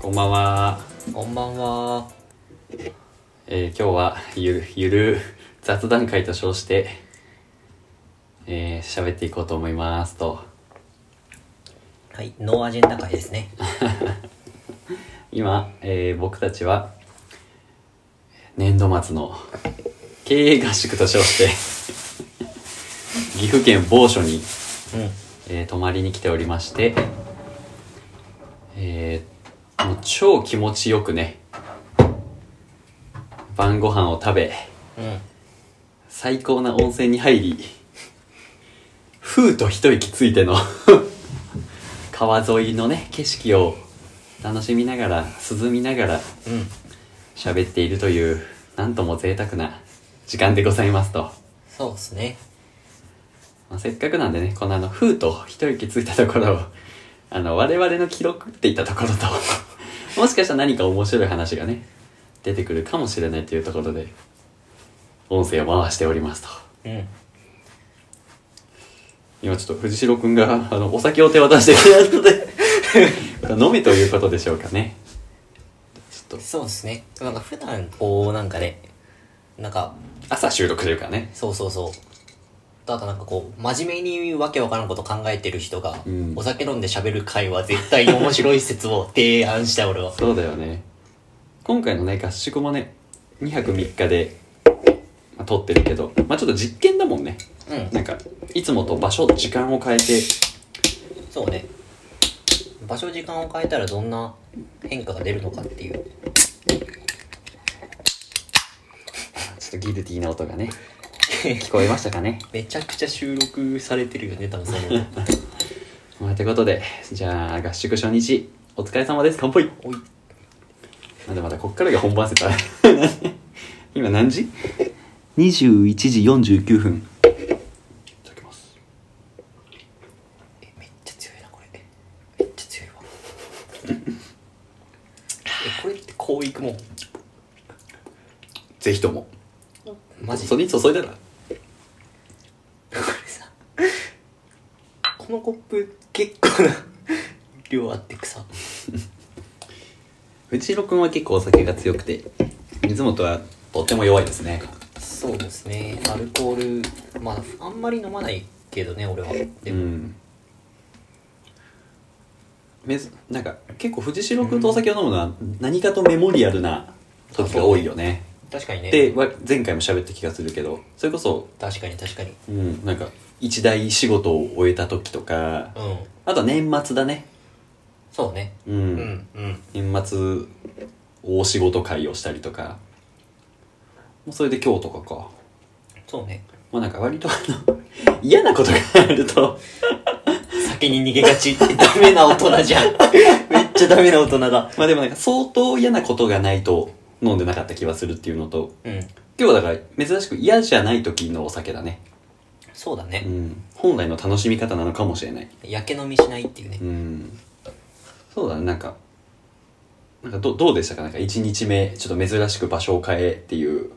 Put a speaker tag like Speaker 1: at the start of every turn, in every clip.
Speaker 1: こんばんは。
Speaker 2: こんばんは。
Speaker 1: えー今日はゆゆる雑談会と称して、えー喋っていこうと思いますと。
Speaker 2: はい、ノーアジェンダ会ですね。
Speaker 1: 今、えー僕たちは、年度末の経営合宿と称して、岐阜県某所に、
Speaker 2: う
Speaker 1: えー泊まりに来ておりまして、えーもう超気持ちよくね、晩ご飯を食べ、
Speaker 2: ん。うん。
Speaker 1: 最高な温泉に入り、ふーと一息ついての川沿いのね、景色を楽しみながら、涼みながら
Speaker 2: うん。
Speaker 1: 喋っているという、なんとも贅沢な時間でございますと。
Speaker 2: そうですね。
Speaker 1: まあ、せっかくなんでね、このあの、ふーと一息ついたところを、あの、我々の記録っていったところと、もしかしたら何か面白い話がね、出てくるかもしれないというところで、音声を回しておりますと。
Speaker 2: うん。
Speaker 1: 今ちょっと藤代くんが、あの、お酒を手渡してくれたので、これ飲みということでしょうかね。ちょっと、
Speaker 2: そうですね。なんか普段、こう、なんかね、なんか、
Speaker 1: 朝収録というかね。
Speaker 2: そうそうそう。あとなんかこう、真面目にわけわからんこと考えてる人が、
Speaker 1: うん
Speaker 2: お酒飲んで喋る会は絶対に面白い説を提案した俺は。
Speaker 1: そうだよね。今回のね、合宿もね、2泊3日で、まあ、撮ってるけど、まあちょっと実験だもんね。
Speaker 2: うん。
Speaker 1: なんか、いつもと場所、時間を変えて、
Speaker 2: そうね。場所時間を変えたらどんな変化が出るのかっていう。
Speaker 1: ちょっとギルティーな音が ね、聞こえましたかね。
Speaker 2: めちゃくちゃ収録されてるよね、多分その。
Speaker 1: まあ、ということで、じゃあ、合宿初日、お疲れ様です。乾杯
Speaker 2: おい。
Speaker 1: まだまだこっからが本番説ある 今何時 ?21 時49分いただきます
Speaker 2: えめっちゃ強いなこれめっちゃ強いわ えこれってこういくもん
Speaker 1: ぜひとも
Speaker 2: マジ
Speaker 1: そ
Speaker 2: こ
Speaker 1: れに注いだら
Speaker 2: れさこのコップ結構な 量あってくさ
Speaker 1: 藤代君は結構お酒が強くて水本はとっても弱いですね
Speaker 2: そうですねアルコールまああんまり飲まないけどね俺はで
Speaker 1: う
Speaker 2: も、
Speaker 1: んめずなんか結構藤代君とお酒を飲むのは何かとメモリアルな時が多いよね
Speaker 2: 確かに
Speaker 1: で
Speaker 2: ね
Speaker 1: わ前回も喋った気がするけどそれこそ、
Speaker 2: 確かに確かに
Speaker 1: うん、なんか一大仕事を終えた時とか
Speaker 2: うん
Speaker 1: あとは年末だね。
Speaker 2: そうね
Speaker 1: う。
Speaker 2: うんんうん
Speaker 1: 年末、大仕事会をしたりとか。もうそれで今日とかか。
Speaker 2: そうね
Speaker 1: まあなんか割とあの、 嫌なことがあると、
Speaker 2: 酒に逃げがちダメな大 人じゃんめっちゃダメな大人だ
Speaker 1: まあでもなんか相当嫌なことがないと飲んでなかった気はするっていうのと、
Speaker 2: うん
Speaker 1: 今日はだから珍しく嫌じゃない時のお酒だね。
Speaker 2: そうだ
Speaker 1: う
Speaker 2: ね
Speaker 1: ん。本来の楽しみ方なのかもしれない。
Speaker 2: やけ飲みしないっていうね
Speaker 1: うん。そうだね、なんか、なんかどどうでしたかなんか1日目、ちょっと珍しく場所を変えっていう、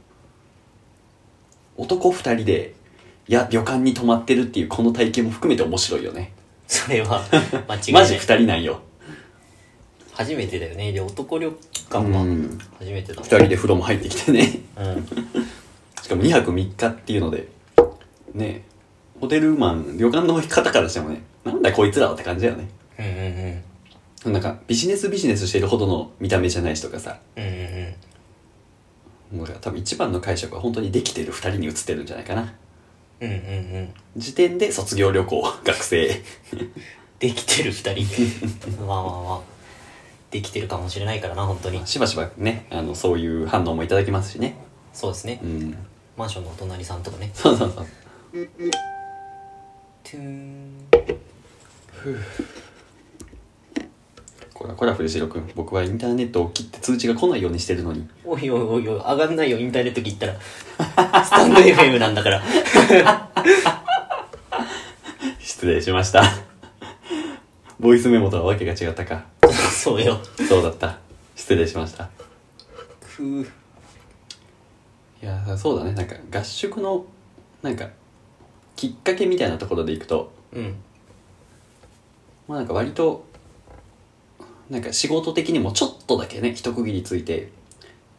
Speaker 1: 男2人で、いや、旅館に泊まってるっていうこの体験も含めて面白いよね。
Speaker 2: それ は間違いない
Speaker 1: マジ2人なんよ。
Speaker 2: 初めてだよねで男旅館は
Speaker 1: 2
Speaker 2: 初めてだもん
Speaker 1: 人で風呂も入ってきてね。
Speaker 2: うん
Speaker 1: しかも2泊3日っていうので、ねえホテルマン、旅館の方からしてもね、なんだこいつらはって感じだよね。
Speaker 2: うんうん
Speaker 1: なんかビジネスビジネスしてるほどの見た目じゃないしとかさ、
Speaker 2: うんうんうんうん
Speaker 1: もうだから多分一番の解釈は本当にできてる2人に移ってるんじゃないかな
Speaker 2: うんうんうん
Speaker 1: 時点で卒業旅行学生
Speaker 2: できてる二人まあまあまあできてるかもしれないからな本当に
Speaker 1: しばしばねあのそういう反応もいただきますしね
Speaker 2: そうですね
Speaker 1: うん
Speaker 2: マンションのお隣さんとかね
Speaker 1: そうそうそう
Speaker 2: トゥーン
Speaker 1: こらこら藤代君僕はインターネットを切って通知が来ないようにしてるのに
Speaker 2: おいおいおいおい上がんないよインターネット切ったらスタンド FM なんだから
Speaker 1: 失礼しました ボイスメモとはわけが違ったか
Speaker 2: そうよ
Speaker 1: そうだった失礼しました
Speaker 2: くー
Speaker 1: いやそうだねなんか合宿のなんかきっかけみたいなところでいくと
Speaker 2: うん
Speaker 1: まあなんか割となんか仕事的にもちょっとだけね一区切りついて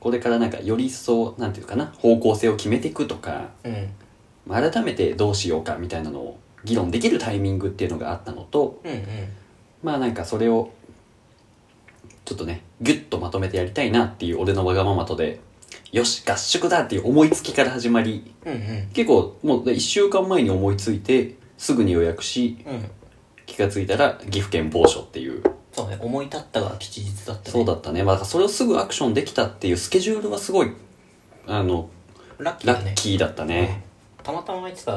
Speaker 1: これからなんかより一層なんていうかな方向性を決めていくとか、
Speaker 2: うん
Speaker 1: まあ、改めてどうしようかみたいなのを議論できるタイミングっていうのがあったのと
Speaker 2: うん
Speaker 1: まあなんかそれをちょっとねギュッとまとめてやりたいなっていう俺のわがままとでよし合宿だっていう思いつきから始まり
Speaker 2: うんうん
Speaker 1: 結構もう1週間前に思いついてすぐに予約し
Speaker 2: うん
Speaker 1: 気がついたら岐阜県某所っていう
Speaker 2: そうね思い立ったが吉日だったね
Speaker 1: そうだったね、まあ、だからそれをすぐアクションできたっていうスケジュールはすごいあの
Speaker 2: ラッキー
Speaker 1: ラ
Speaker 2: だね
Speaker 1: ッキーだったね、
Speaker 2: たまたま空いてた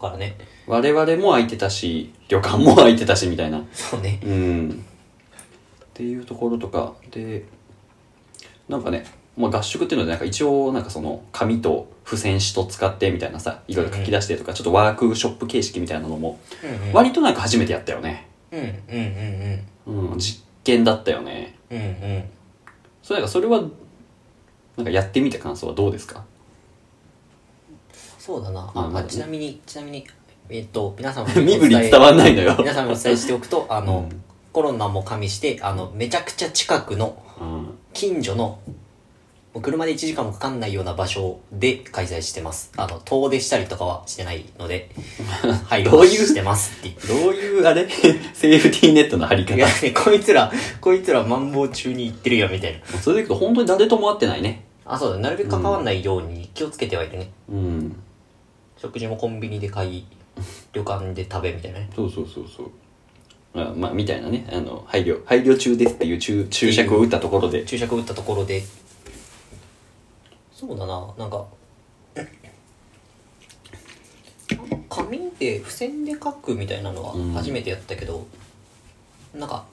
Speaker 2: からね
Speaker 1: 我々も空いてたし旅館も空いてたしみたいな
Speaker 2: そうね
Speaker 1: うんっていうところとかでなんかね、まあ、合宿っていうのでなんか一応なんかその紙と付箋紙と使ってみたいなさいろいろ書き出してとか、ちょっとワークショップ形式みたいなのも
Speaker 2: うんうん
Speaker 1: 割となんか初めてやったよね、
Speaker 2: うんうんうん
Speaker 1: うん、実験だったよね
Speaker 2: うんうん
Speaker 1: それなんかそれはなんかやってみた感想はどうですか
Speaker 2: そうだな、
Speaker 1: まあ
Speaker 2: あ
Speaker 1: まあね
Speaker 2: ちなみにちなみにえっと皆さ ん
Speaker 1: 身振り伝わんないのよ
Speaker 2: 皆さんにお伝えしておく とあの、
Speaker 1: うん
Speaker 2: コロナも加味してあのめちゃくちゃ近くの
Speaker 1: うん
Speaker 2: 近所のもう車で1時間もかかんないような場所で開催してますあの遠出したりとかはしてないの で配慮
Speaker 1: ど
Speaker 2: は
Speaker 1: ういう
Speaker 2: してますっていう
Speaker 1: どういうあれ セーフティーネットの張り方
Speaker 2: いやねこいつらこいつらマンボウ中に行ってるよみたいな
Speaker 1: それでいくと本当に誰とも会ってないね
Speaker 2: あそうだなるべく関わんないように気をつけてはいるね、
Speaker 1: うん
Speaker 2: 食事もコンビニで買い旅館で食べみたいなね
Speaker 1: そうそうそうそうあまあみたいなねあの配慮配慮中ですっていう注注釈を打ったところで
Speaker 2: 注釈を打ったところでそうだななんか紙で付箋で書くみたいなのは
Speaker 1: うん
Speaker 2: 初めてやったけど、なんか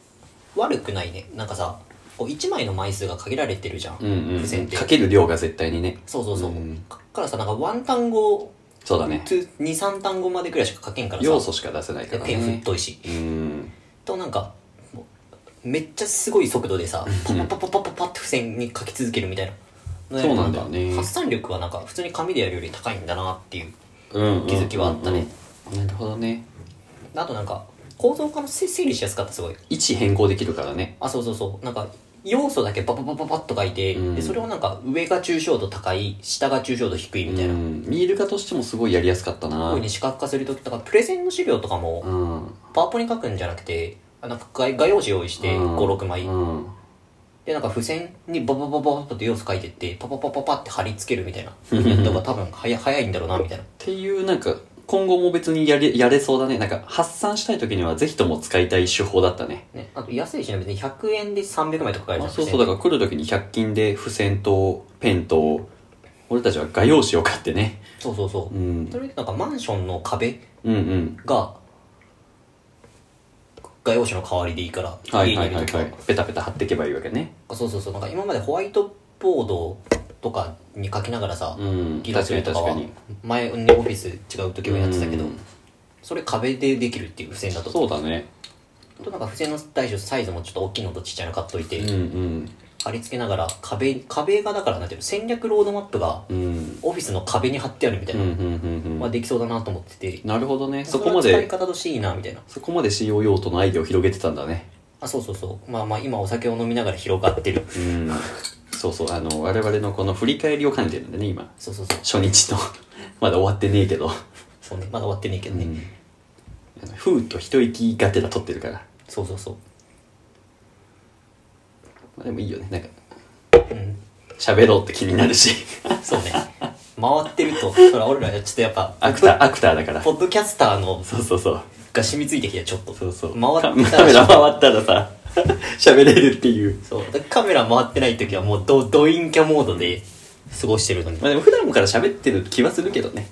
Speaker 2: 悪くないねなんかさこう1枚の枚数が限られてるじゃん、
Speaker 1: うんうん
Speaker 2: 付箋って
Speaker 1: かける量が絶対にね
Speaker 2: そうそうそ
Speaker 1: う
Speaker 2: う、
Speaker 1: ん
Speaker 2: だからさなんかワン単語
Speaker 1: そうだね
Speaker 2: 23単語までぐらいしか書けんからさ
Speaker 1: 要素しか出せない
Speaker 2: ペ
Speaker 1: から
Speaker 2: ン振っ
Speaker 1: ね
Speaker 2: といし、
Speaker 1: うん
Speaker 2: となんかもうめっちゃすごい速度でさパパパパパパパって付箋に書き続けるみたいなのやると
Speaker 1: そうなんだよね
Speaker 2: か発散力はなんか普通に紙でやるより高いんだなっていう
Speaker 1: うんうん
Speaker 2: 気づきはあったね、
Speaker 1: うんうんなるほどね
Speaker 2: あとなんか構造化のせ整理しやすかったすごい
Speaker 1: 位置変更できるからね
Speaker 2: あそうそうそうなんか要素だけパパパパパッと書いて、
Speaker 1: うん
Speaker 2: でそれをなんか上が抽象度高い下が抽象度低いみたいな、
Speaker 1: うんミール化としてもすごいやりやすかったな
Speaker 2: こういうふうに視覚化するときとかプレゼンの資料とかも、
Speaker 1: うん
Speaker 2: パワポに書くんじゃなくてあなんか画画用紙用意して
Speaker 1: うん
Speaker 2: 56枚、
Speaker 1: うん
Speaker 2: でなんか付箋にバババババッと要素書いてってパパパパパって貼り付けるみ たいなやった方が多分はや早いんだろうなみたいな
Speaker 1: っていうなんか今後も別にやれやれそうだねなんか発散したい時にはぜひとも使いたい手法だったね
Speaker 2: ね、あと安いしね別に100円で300枚とか買える
Speaker 1: あ
Speaker 2: じゃん
Speaker 1: そうそうだから来る時に100均で付箋とペンと俺たちは画用紙を買ってね、
Speaker 2: そうそうそうう、
Speaker 1: ん、
Speaker 2: それでなんかマンションの壁
Speaker 1: うんうん
Speaker 2: が画用紙の代わりでいいから
Speaker 1: はい
Speaker 2: 家
Speaker 1: は
Speaker 2: に
Speaker 1: いはい
Speaker 2: いる時と
Speaker 1: はいペタペタ貼っていけばいいわけね
Speaker 2: かそうそうそうなんか今までホワイトボードとかに書きながらさ、
Speaker 1: うん
Speaker 2: 議論するとか
Speaker 1: 確
Speaker 2: は
Speaker 1: かに確
Speaker 2: 前ねオフィス違う時はやってたけど、
Speaker 1: うん
Speaker 2: それ壁でできるっていう付箋だと
Speaker 1: そうだね
Speaker 2: あとなんか付箋の大小サイズもちょっと大きいのとちっちゃいの買っといて、
Speaker 1: うん
Speaker 2: 貼り付けながら壁壁がだからなんていうの戦略ロードマップが
Speaker 1: うんうん
Speaker 2: オフィスの壁に貼ってあるみた
Speaker 1: う
Speaker 2: い
Speaker 1: んう
Speaker 2: な、
Speaker 1: んうんう
Speaker 2: まあ、
Speaker 1: ん
Speaker 2: できそうだなと思ってて
Speaker 1: なるほどねそこ
Speaker 2: れは
Speaker 1: ま
Speaker 2: 使い
Speaker 1: で
Speaker 2: 方としていいなみたいな
Speaker 1: そこまで使用用途のアイデアを広げてたんだね
Speaker 2: あそうそうそうまあまあ今お酒を飲みながら広がってる
Speaker 1: うんそうそうあの我々のこの振り返りを兼ねてるんだね今
Speaker 2: そうそうそう
Speaker 1: 初日の まだ終わってねえけど、
Speaker 2: そうねまだ終わってねえけどね、
Speaker 1: ねあのふうと一息がてら取ってるから、
Speaker 2: そうそうそう
Speaker 1: まあ、でもいいよねなんか
Speaker 2: うん
Speaker 1: 喋ろうって気になるし
Speaker 2: そうね回ってるとほら俺らちょっとやっぱ
Speaker 1: アクターアクターだから
Speaker 2: ポッドキャスターの
Speaker 1: そうそうそう
Speaker 2: が染みついてきてちょっと
Speaker 1: そうそう
Speaker 2: 回って
Speaker 1: カ
Speaker 2: た
Speaker 1: カメラ回ったらさ 喋れるっていう、
Speaker 2: そうだからカメラ回ってない時はもうドドインキャモードで過ごしてるのに
Speaker 1: まあ、でも普段から喋ってる気はするけどね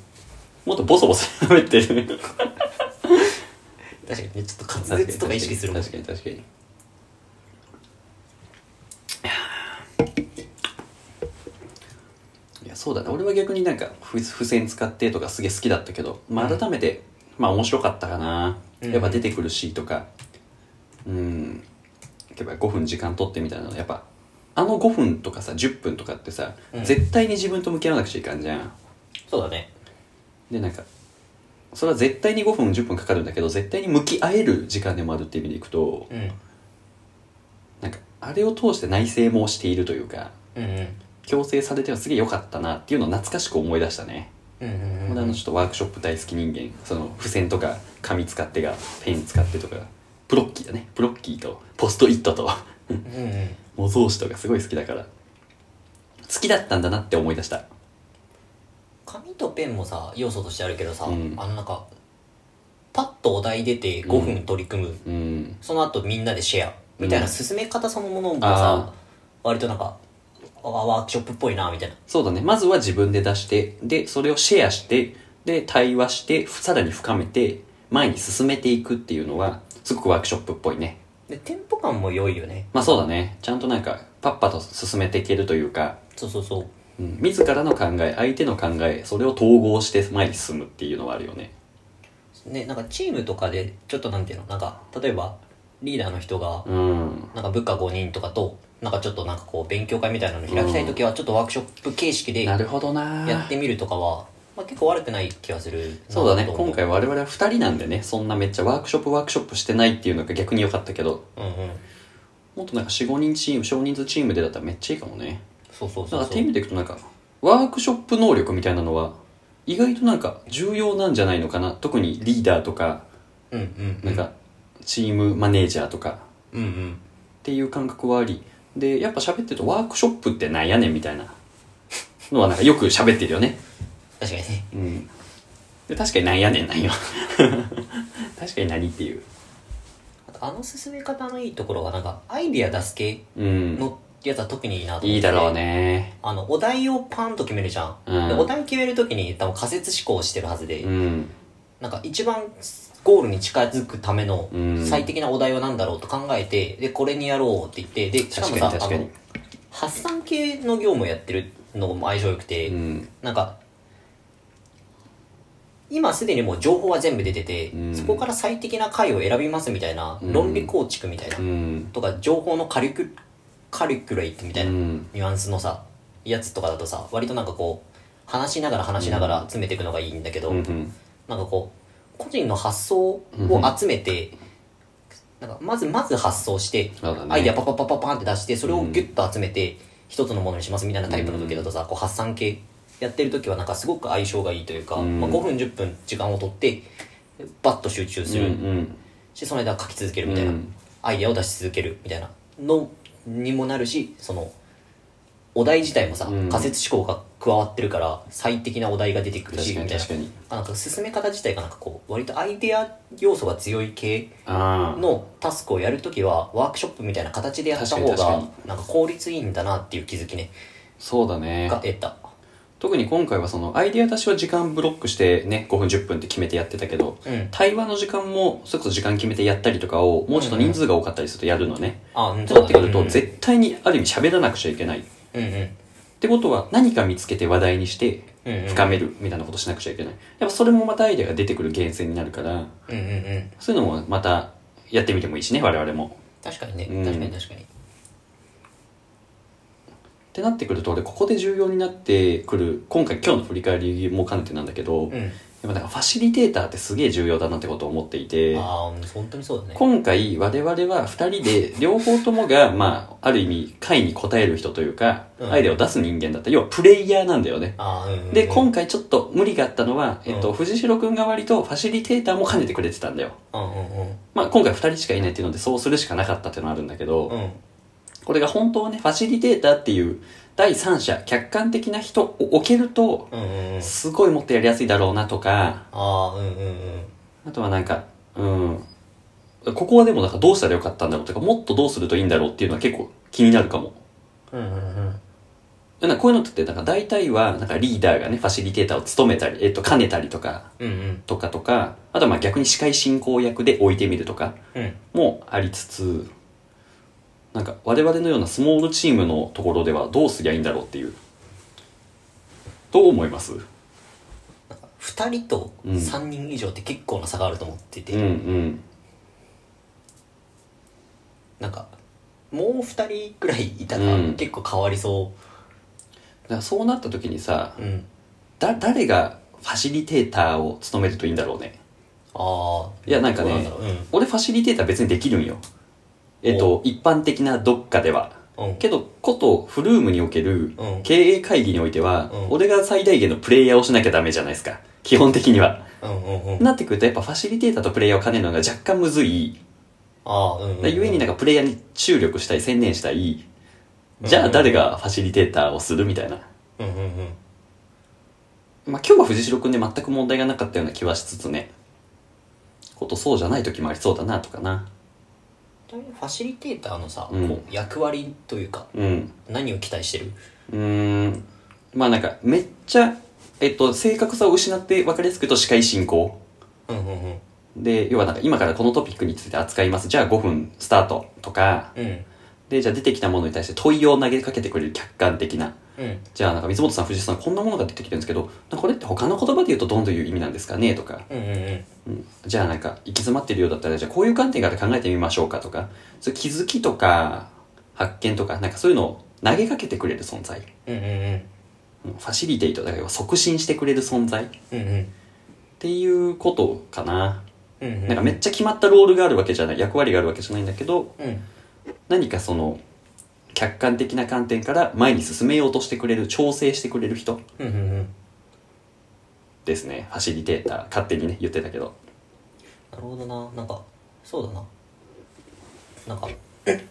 Speaker 1: もっとボソボソ喋ってる
Speaker 2: 確かにねちょっと滑舌とか意識するもん
Speaker 1: 確かに確かに確かにいやそうだね俺は逆になんかふ付箋使ってとかすげえ好きだったけど、まあ、改めて、まあ面白かったかな、
Speaker 2: うん
Speaker 1: やっぱ出てくるしとかうんやっぱ5分時間取ってみたいなのやっぱあの5分とかさ10分とかってさ、
Speaker 2: うん
Speaker 1: 絶対に自分と向き合わなくちゃいかんじゃん
Speaker 2: そうだね
Speaker 1: でなんかそれは絶対に5分10分かかるんだけど絶対に向き合える時間でもあるっていう意味でいくと、
Speaker 2: うん
Speaker 1: なんあれを通して内省もしているというか
Speaker 2: うんうん
Speaker 1: 強制されてはすげえ良かったなっていうのを懐かしく思い出したね、
Speaker 2: うんうんうん
Speaker 1: 俺あのちょっとワークショップ大好き人間その付箋とか紙使ってがペン使ってとかブロッキーだねブロッキーとポストイットと
Speaker 2: うんうん
Speaker 1: 模造紙とかすごい好きだから好きだったんだなって思い出した
Speaker 2: 紙とペンもさ要素としてあるけどさ、
Speaker 1: うん
Speaker 2: あのなんかパッとお題出て5分取り組む、
Speaker 1: うん
Speaker 2: その後みんなでシェアみたいな
Speaker 1: うん
Speaker 2: 進め方そのものも
Speaker 1: あ
Speaker 2: さ、割となんかあワークショップっぽいなみたいな
Speaker 1: そうだねまずは自分で出してでそれをシェアしてで対話してさらに深めて前に進めていくっていうのはすごくワークショップっぽいね
Speaker 2: でテンポ感も良いよね
Speaker 1: まあそうだねちゃんとなんかパッパと進めていけるというか
Speaker 2: そうそうそう
Speaker 1: うん、自らの考え相手の考えそれを統合して前に進むっていうのはあるよね
Speaker 2: ねなんかチームとかでちょっとなんていうのなんか例えばリーダーの人が
Speaker 1: うん
Speaker 2: なんか部下5人とかとなんかちょっとなんかこう勉強会みたいなの開きたい時はちょっとワークショップ形式で
Speaker 1: な
Speaker 2: や
Speaker 1: るほどな
Speaker 2: ってみるとかは、まあ、結構悪くない気がするな
Speaker 1: そうだね
Speaker 2: と思
Speaker 1: 今回我々は2人なんでねそんなめっちゃワークショップワークショップしてないっていうのが逆に良かったけど
Speaker 2: うんうん
Speaker 1: もっとなんか45人チーム少人数チームでだったらめっちゃいいかもね
Speaker 2: そうそう
Speaker 1: な
Speaker 2: そ
Speaker 1: ん
Speaker 2: う
Speaker 1: か
Speaker 2: そ
Speaker 1: テー
Speaker 2: う
Speaker 1: マでいくとなんかワークショップ能力みたいなのは意外となんか重要なんじゃないのかな特にリーダーとか
Speaker 2: うんうん
Speaker 1: なんかチームマネージャーとか
Speaker 2: うんうん
Speaker 1: っていう感覚はありでやっぱ喋ってるとワークショップってなんやねんみたいなのはなんかよく喋ってるよね
Speaker 2: 確かにね
Speaker 1: うんで確かになんやねんなんよ 確かに何っていう
Speaker 2: あとあの進め方のいいところはなんかアイディア出す系
Speaker 1: うん
Speaker 2: のやつは特にいいなと思って
Speaker 1: いいだろうね
Speaker 2: あのお題をパンと決めるじゃん、
Speaker 1: うん
Speaker 2: でお題決めるときに多分仮説思考をしてるはずで、
Speaker 1: うん
Speaker 2: なんか一番ゴールに近づくための
Speaker 1: うん
Speaker 2: 最適なお題は何だろうと考えてでこれにやろうって言ってでしかもさ
Speaker 1: 確かに確かに
Speaker 2: あの発散系の業務をやってるのも相性良くて、
Speaker 1: うん
Speaker 2: なんか今すでにもう情報は全部出てて、
Speaker 1: うん
Speaker 2: そこから最適な回を選びますみたいな、
Speaker 1: うん
Speaker 2: 論理構築みたいな、
Speaker 1: うん
Speaker 2: とか情報のカリキュカリキュレイトみたいな、
Speaker 1: うん
Speaker 2: ニュアンスのさやつとかだとさ割となんかこう話しながら話しながら詰めていくのがいいんだけど、
Speaker 1: うんうん
Speaker 2: なんかこう個人の発想を集めて、なんかまずまず発想して、
Speaker 1: そうだね
Speaker 2: アイデアパパパパパンって出してそれをギュッと集めて一つのものにしますみたいなタイプの時だとさ、こう発散系やってる時はなんかすごく相性がいいというか、
Speaker 1: うん
Speaker 2: まあ、5分10分時間を取ってバッと集中す
Speaker 1: うん
Speaker 2: る、
Speaker 1: うん
Speaker 2: しその間書き続けるみたいな、
Speaker 1: うん
Speaker 2: アイデアを出し続けるみたいなのにもなるしそのお題自体もさ、
Speaker 1: うん
Speaker 2: 仮説思考が加わってるから最適なお題が出てくるし
Speaker 1: 確か
Speaker 2: み
Speaker 1: に
Speaker 2: たい
Speaker 1: 確
Speaker 2: な
Speaker 1: かに
Speaker 2: なんか進め方自体がなんかこう割とアイデア要素が強い系
Speaker 1: ああ
Speaker 2: のタスクをやるときはワークショップみたいな形でやった方
Speaker 1: 確かに
Speaker 2: が
Speaker 1: 確
Speaker 2: なんか効率いいんだなっていう気づきね
Speaker 1: そうだね
Speaker 2: が得た
Speaker 1: 特に今回はそのアイディア出しは時間ブロックしてね5分10分って決めてやってたけど
Speaker 2: うん
Speaker 1: 対話の時間もそれこそ時間決めてやったりとかをもうちょっと人数が多かったりするとやるのね、
Speaker 2: あうん
Speaker 1: そうなってくる
Speaker 2: う
Speaker 1: と
Speaker 2: ん
Speaker 1: 絶対にある意味喋らなくちゃいけないっ
Speaker 2: うんうん
Speaker 1: てことは何か見つけて話題にして
Speaker 2: うんうん
Speaker 1: 深めるみたいなことしなくちゃいけないやっぱそれもまたアイデアが出てくる源泉になるから
Speaker 2: うんうんうん
Speaker 1: そういうのもまたやってみてもいいしね我々も
Speaker 2: 確かにね
Speaker 1: うん
Speaker 2: 確かに確かに
Speaker 1: ってなってくると俺ここで重要になってくる今回今日の振り返りも兼ねてなんだけど、
Speaker 2: う
Speaker 1: やっ
Speaker 2: ん
Speaker 1: ぱなんかファシリテーターってすげえ重要だなってことを思っていて
Speaker 2: ああうん本当にそうだね
Speaker 1: 今回我々は2人 で両方ともが、まあ、ある意味会に応える人というか、
Speaker 2: うん
Speaker 1: アイデアを出す人間だった要はプレイヤーなんだよね
Speaker 2: ああうんうんうん
Speaker 1: で今回ちょっと無理があったのは、えっ
Speaker 2: う
Speaker 1: と、
Speaker 2: ん
Speaker 1: 藤代君が割とファシリテーターも兼ねてくれてたんだよ、
Speaker 2: うんうんうん
Speaker 1: まあ、今回2人しかいないっていうのでそうするしかなかったっていうのはあるんだけど、
Speaker 2: うん
Speaker 1: これが本当はねファシリテーターっていう第三者客観的な人を置けると
Speaker 2: うんうんうん
Speaker 1: すごいもっとやりやすいだろうなとか
Speaker 2: ああうんうんうん
Speaker 1: あとはなんか、うん。ここはでもなんかどうしたらよかったんだろうとか、もっとどうするといいんだろうっていうのは結構気になるかも。
Speaker 2: うんうんうん
Speaker 1: なんかこういうのってなんか大体はなんかリーダーがね、ファシリテーターを務めたり、えっと、兼ねたりとか、
Speaker 2: うんうん
Speaker 1: とかとか、あとはまあ逆に司会進行役で置いてみるとか
Speaker 2: うん
Speaker 1: もありつつ、なんか我々のようなスモールチームのところではどうすりゃいいんだろうっていう。どう思います
Speaker 2: 2人と
Speaker 1: うん
Speaker 2: 3人以上って結構な差があると思ってて、
Speaker 1: うんうん。
Speaker 2: なんかもう2人くらいいたら
Speaker 1: うん
Speaker 2: 結構変わりそ
Speaker 1: だからそうなった時にさ
Speaker 2: う、、うん、
Speaker 1: だ誰がファシリテーターを務めるといいんだろうね
Speaker 2: ああ
Speaker 1: いやなんかね
Speaker 2: うん
Speaker 1: 俺ファシリテーター別にできるんよえっと、一般的などっかでは。
Speaker 2: うん
Speaker 1: けど、ことフルームにおける
Speaker 2: うん
Speaker 1: 経営会議においては、
Speaker 2: うん
Speaker 1: 俺が最大限のプレイヤーをしなきゃダメじゃないですか。基本的には。
Speaker 2: うんうんうん
Speaker 1: なってくると、やっぱファシリテーターとプレイヤーを兼ねるのが若干むずい。
Speaker 2: ああうんうん
Speaker 1: だゆえになんかプレイヤーに注力したい、専念したい。じゃあ誰がファシリテーターをするみたいな。
Speaker 2: うんうんうん
Speaker 1: まあ今日は藤代くんで全く問題がなかったような気はしつつね。ことそうじゃない時もありそうだなとかな。
Speaker 2: ファシリテーターのさ、
Speaker 1: うん
Speaker 2: こう役割というか
Speaker 1: うん。
Speaker 2: 何を期待してる
Speaker 1: うーんまあなんかめっちゃ、えっと、正確さを失って分かりやすく言うと司会進行
Speaker 2: うんうんうん
Speaker 1: で要はなんか今からこのトピックについて扱いますじゃあ5分スタートとか
Speaker 2: うん
Speaker 1: でじゃあ出てきたものに対して問いを投げかけてくれる客観的な
Speaker 2: うん
Speaker 1: じゃあなんか水本さん藤井さんこんなものが出てきてるんですけどなんかこれって他の言葉で言うとどんどういう意味なんですかねとか、
Speaker 2: うんうんうん
Speaker 1: うん、じゃあなんか行き詰まってるようだったらじゃあこういう観点から考えてみましょうかとかそういう気づきとか発見とかなんかそういうのを投げかけてくれる存在
Speaker 2: うんうんうん
Speaker 1: うんファシリテイトだから促進してくれる存在っ
Speaker 2: うんうん
Speaker 1: ていうことかな。
Speaker 2: うんうん
Speaker 1: なんかめっちゃ決まったロールがあるわけじゃない、役割があるわけじゃないんだけど、
Speaker 2: うん
Speaker 1: 何かその、客観的な観点から前に進めようとしてくれる、調整してくれる人
Speaker 2: うんうんうん
Speaker 1: ですね。ファシリテーター、勝手にね、言ってたけど。
Speaker 2: なるほどななんかそうだななんか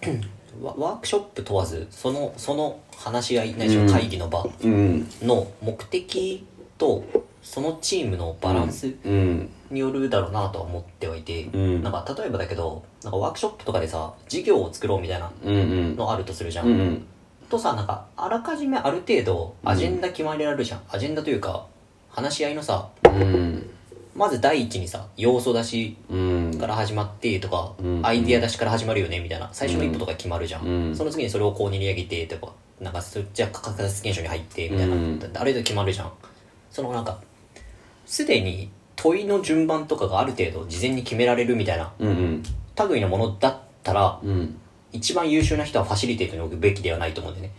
Speaker 2: ワワークショップ問わずそのその話し合いないしは
Speaker 1: うん
Speaker 2: 会議の場
Speaker 1: うん。
Speaker 2: の目的とそのチームのバランス
Speaker 1: うん。
Speaker 2: によるだろうなとは思ってはいて、
Speaker 1: うん
Speaker 2: なんか例えばだけどなんかワークショップとかでさ事業を作ろうみたいな
Speaker 1: うんうん。
Speaker 2: のあるとするじゃん、
Speaker 1: うんうん。
Speaker 2: とさなんかあらかじめある程度アジェンダ決まれられるじゃん、アジェンダというか話し合いのさ
Speaker 1: うん。
Speaker 2: まず第一にさ要素出し
Speaker 1: うん。
Speaker 2: から始まってとか、
Speaker 1: うん
Speaker 2: アイディア出しから始まるよねみたいな最初の一歩とか決まるじゃん、
Speaker 1: うん
Speaker 2: その次にそれをこう練り上げてとかなんかそっちは価格実現書に入ってみたいな、
Speaker 1: うん
Speaker 2: ある程度決まるじゃんそのなんかすでに問いの順番とかがある程度事前に決められるみたいな
Speaker 1: うんうん。
Speaker 2: 類のものだったら
Speaker 1: うん。
Speaker 2: 一番優秀な人はファシリテートに置くべきではないと思うんでね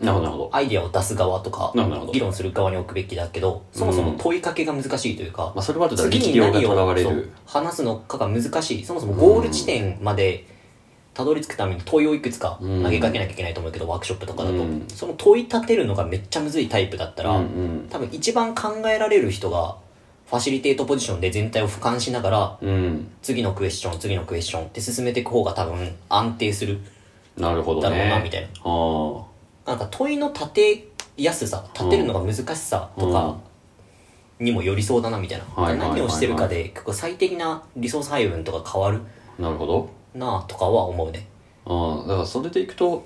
Speaker 1: なるほど、なるほど。
Speaker 2: アイディアを出す側とか
Speaker 1: なるほど
Speaker 2: 議論する側に置くべきだけどそもそも問いかけが難しいというか、
Speaker 1: まあ、それはあとだ
Speaker 2: 次
Speaker 1: 力
Speaker 2: に
Speaker 1: 量が
Speaker 2: 何
Speaker 1: とら
Speaker 2: を
Speaker 1: われ
Speaker 2: そう
Speaker 1: る。
Speaker 2: 話すのかが難しいそもそもゴール地点までたどり着くために問いをいくつか
Speaker 1: うん
Speaker 2: 投げかけなきゃいけないと思うけど、ワークショップとかだと、
Speaker 1: うん
Speaker 2: その問い立てるのがめっちゃむずいタイプだった
Speaker 1: う
Speaker 2: ら、
Speaker 1: んうん。
Speaker 2: 多分一番考えられる人がファシリテートポジションで全体を俯瞰しながら
Speaker 1: うん。
Speaker 2: 次のクエスチョン次のクエスチョンって進めていく方が多分安定する
Speaker 1: なるほど
Speaker 2: だろう
Speaker 1: ね。
Speaker 2: なみたいな
Speaker 1: ああ。
Speaker 2: なんか問いの立てやすさ立てるのが難しさとか、にもよりそうだなみたいな、
Speaker 1: はいはいはいはい
Speaker 2: 何をしてるかで結構最適なリソース配分とか変わる
Speaker 1: なるほど。
Speaker 2: なあとかは思うね
Speaker 1: ああだからそれでいくと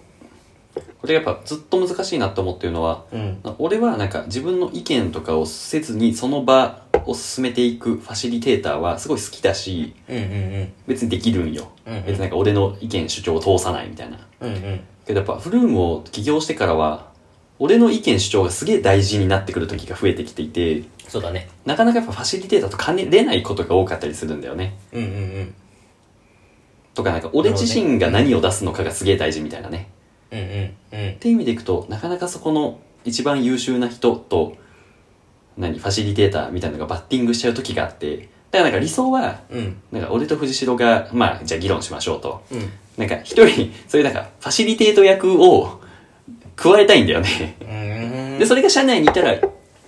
Speaker 1: これやっぱずっと難しいなと思ってるのは
Speaker 2: うん
Speaker 1: 俺はなんか自分の意見とかをせずにその場を進めていくファシリテーターはすごい好きだし
Speaker 2: うんうん
Speaker 1: 別にできるんよ、
Speaker 2: うんうん
Speaker 1: 別になんか俺の意見主張を通さないみたいな
Speaker 2: うんうんうん
Speaker 1: けどやっぱフルームを起業してからは俺の意見主張がすげえ大事になってくる時が増えてきていて
Speaker 2: そうだね
Speaker 1: なかなかやっぱファシリテーターと兼ねれないことが多かったりするんだよね
Speaker 2: うんうんうん
Speaker 1: とかなんか俺自身が何を出すのかがすげえ大事みたいなね
Speaker 2: うんうんうん
Speaker 1: っていう意味でいくとなかなかそこの一番優秀な人と何ファシリテーターみたいなのがバッティングしちゃう時があってだからなんか理想は
Speaker 2: うん
Speaker 1: なんか俺と藤代がまあじゃあ議論しましょうと
Speaker 2: うん
Speaker 1: なんか一人そういうなんかファシリテート役を加えたいんだよね
Speaker 2: うん
Speaker 1: でそれが社内にいたら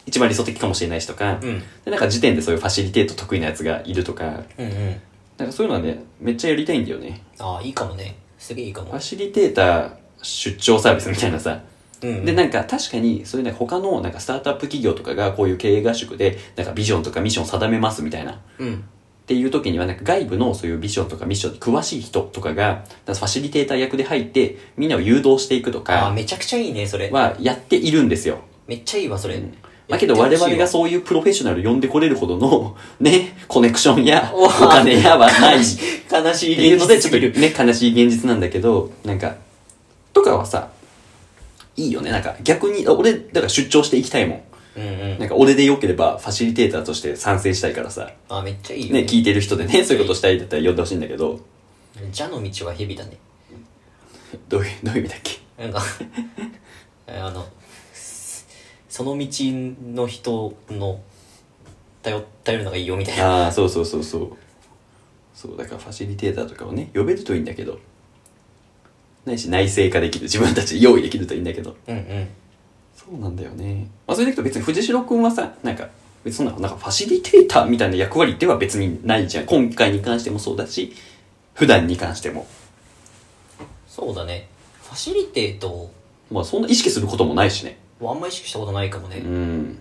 Speaker 1: 一番理想的かもしれないしとか、
Speaker 2: うん
Speaker 1: でなんか時点でそういうファシリテート得意なやつがいるとか
Speaker 2: うんうん
Speaker 1: なんかそういうのはねめっちゃやりたいんだよね
Speaker 2: ああいいかもねすげえいいか
Speaker 1: ファ
Speaker 2: も
Speaker 1: シリテーター出張サービスみたいなさ
Speaker 2: うん
Speaker 1: でなんか確かにそういうね他のなんかスタートアップ企業とかがこういう経営合宿でなんかビジョンとかミッションを定めますみたいなっ
Speaker 2: うん
Speaker 1: ていう時にはなんか外部のそういうビジョンとかミッションに詳しい人とかがファシリテーター役で入ってみんなを誘導していくと
Speaker 2: ああ
Speaker 1: か
Speaker 2: めちゃくちゃいいねそれ
Speaker 1: はやっているんですよ。
Speaker 2: めっちゃいいわそれ
Speaker 1: まあ、けど我々が
Speaker 2: う
Speaker 1: そういうプロフェッショナル呼んでこれるほどの ねコネクションや
Speaker 2: お
Speaker 1: お金やは ないっ
Speaker 2: 悲してい
Speaker 1: いうの
Speaker 2: 現実
Speaker 1: でち
Speaker 2: でち
Speaker 1: ょっと
Speaker 2: ょっ
Speaker 1: ね悲しい現実なんだけどなんかとかはさいいよねなんか逆にあ俺だから出張していきたいもん。
Speaker 2: とうんうん
Speaker 1: なんか俺で良ければファシリテーターとして賛成したいからさ、
Speaker 2: ああめっちゃいいよ
Speaker 1: ね、聞いてる人でね、そういうことしたいだったら呼んでほしいんだけど、
Speaker 2: じゃの道は蛇だね
Speaker 1: どういう、どういう意味だっけ
Speaker 2: なんか あのすその道の人の頼頼るのがいいよみたいな
Speaker 1: ああ、そうそうそうそう。そう、だからファシリテーターとかをね、呼べるといいんだけど、ないし内製化できる自分たちで用意できるといいんだけど
Speaker 2: うんうん
Speaker 1: そうなんだよね、まあ、それでいくと別に藤代君はさなんか別にそんななんかファシリテーターみたいな役割では別にないじゃん今回に関してもそうだし普段に関しても
Speaker 2: そうだねファシリテート
Speaker 1: まあそんな意識することもないしね
Speaker 2: はあんま意識したことないかもね、
Speaker 1: うん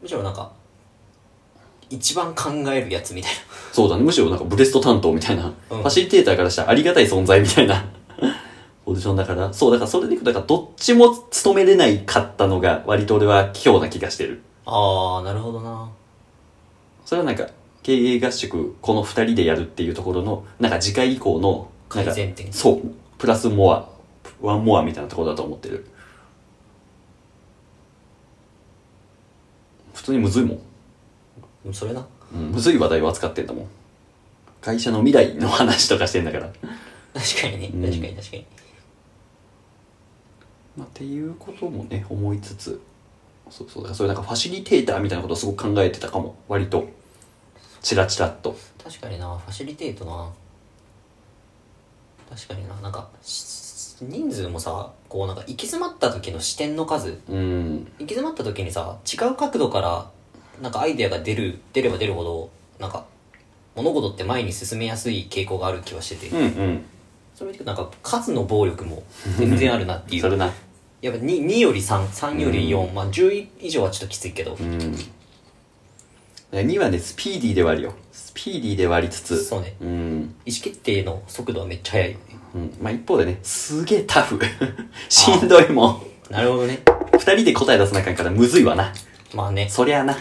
Speaker 2: むしろなんか一番考えるやつみ たい
Speaker 1: そうだねむしろなんかブレスト担当みたいな、
Speaker 2: うん
Speaker 1: ファシリテーターからしたらありがたい存在みたいな ポジションだからそうだからそれでいくとだからどっちも務めれないかったのが割と俺は今日な気がしてる
Speaker 2: なああなるほどな
Speaker 1: それはなんか経営合宿この2人でやるっていうところのなんか次回以降のなんか
Speaker 2: 改善点
Speaker 1: そうプラスモアワンモアみたいなところだと思ってる普通にむずいもん、
Speaker 2: うんそれな
Speaker 1: うん、むずい話題を扱ってんだもん会社の未来の話とかしてんだから、
Speaker 2: 確かにね
Speaker 1: うん
Speaker 2: 確かに確かに、
Speaker 1: まあ、っていうこともね思いつつそうそうだからそういうなんかファシリテーターみたいなことをすごく考えてたかも割とチラチラっと
Speaker 2: 確かになファシリテートな確かにななんかし人数もさこうなんか行き詰まった時の視点の数
Speaker 1: うん
Speaker 2: 行き詰まった時にさ違う角度からなんかアイデアが出る出れば出るほどなんか物事って前に進めやすい傾向がある気はしてて、
Speaker 1: うんうん
Speaker 2: それを見てなんか数の暴力も全然あるなってい
Speaker 1: そうれな
Speaker 2: やっぱ 2, 2より33より4、
Speaker 1: う
Speaker 2: まあ10以上はちょっときついけど、
Speaker 1: うん2はねスピーディーで割るよスピーディーで割りつつ
Speaker 2: そうね
Speaker 1: うん、
Speaker 2: 意思決定の速度はめっちゃ速いよね
Speaker 1: うん、まあ一方でねすげえタフ しんどいもん
Speaker 2: なるほどね
Speaker 1: 2人で答え出さなあかんからむずいわな
Speaker 2: まあね
Speaker 1: そりゃあな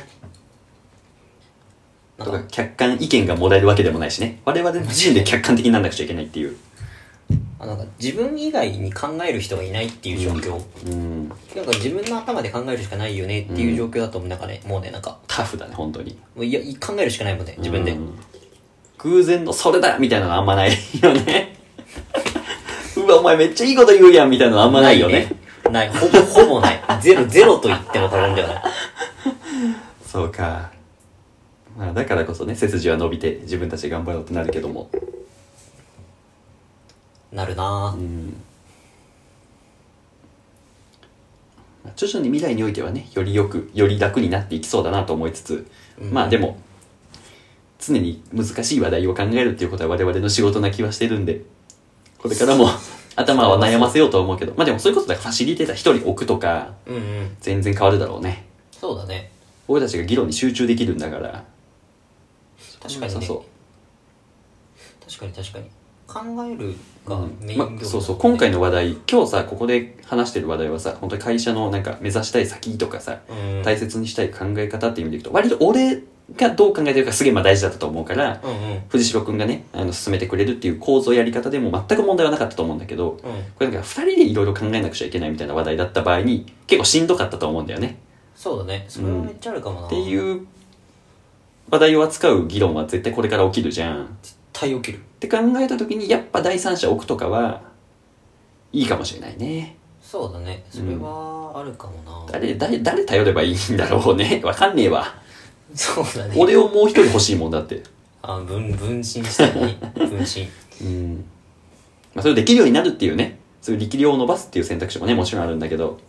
Speaker 2: な
Speaker 1: と
Speaker 2: ん
Speaker 1: か
Speaker 2: か
Speaker 1: 客観意見がもらえるわけでもないしね我々自身で客観的になんなくちゃいけないっていう
Speaker 2: あなんか自分以外に考える人がいないっていう状況、
Speaker 1: うん
Speaker 2: なんか自分の頭で考えるしかないよねっていう状況だと思うなんかねもうねなんか
Speaker 1: タフだね本当に
Speaker 2: もういや考えるしかないもんね自分で、
Speaker 1: うん偶然のそれだみたいなのあんまないよね うわお前めっちゃいいこと言うやんみたいなのあんまないよね
Speaker 2: ない、ほぼ、ほぼない。ゼロ、 ゼロと言っても過言ではない。
Speaker 1: そうか、まあ、だからこそね背筋は伸びて自分たちで頑張ろうってなるけども
Speaker 2: なるな
Speaker 1: う
Speaker 2: ぁ。
Speaker 1: んまあ徐々に未来においてはねよりよくより楽になっていきそうだなと思いつつ、
Speaker 2: うん
Speaker 1: まあでも常に難しい話題を考えるっていうことは我々の仕事な気はしてるんでこれ からも頭は悩ませようとは思うけどまあでもそういうことだからファシリテーター1人置くとか
Speaker 2: うんうん。
Speaker 1: 全然変わるだろうね
Speaker 2: そうだね。
Speaker 1: 俺たちが議論に集中できるんだから
Speaker 2: 確かに
Speaker 1: そう
Speaker 2: ね。
Speaker 1: そう
Speaker 2: 確かに確かに。考えるがメイン業務だも
Speaker 1: ま
Speaker 2: んね
Speaker 1: そうそう今回。の話題今日さここで話してる話題はさ本当に会社のなんか目指したい先とかさ、
Speaker 2: うん。
Speaker 1: 大切にしたい考え方っていう意味でいくと割と俺がどう考えてるかすげえまあ大事だったと思うから、
Speaker 2: うんうん。
Speaker 1: 藤代君がねあの進めてくれるっていう構造やり方でも全く問題はなかったと思うんだけど
Speaker 2: うん。
Speaker 1: これなんか2人でいろいろ考えなくちゃいけないみたいな話題だった場合に結構しんどかったと思うんだよね。
Speaker 2: そうだね。それはめっちゃあるかもな
Speaker 1: って
Speaker 2: う。
Speaker 1: いう話題を扱う議論は絶対これから起きるじゃん。
Speaker 2: 対起きる。
Speaker 1: って考えた時にやっぱ第三者置くとかはいいかもしれないね
Speaker 2: そうだね。それはあるかもなぁ。
Speaker 1: 誰誰誰頼ればいいんだろうねわかんねえわ
Speaker 2: そうだね。
Speaker 1: 俺をもう一人欲しいもんだって
Speaker 2: あ、分、分身した ね。分身。
Speaker 1: うん、まあ、それをできるようになるっていうねそういう力量を伸ばすっていう選択肢もねもちろんあるんだけど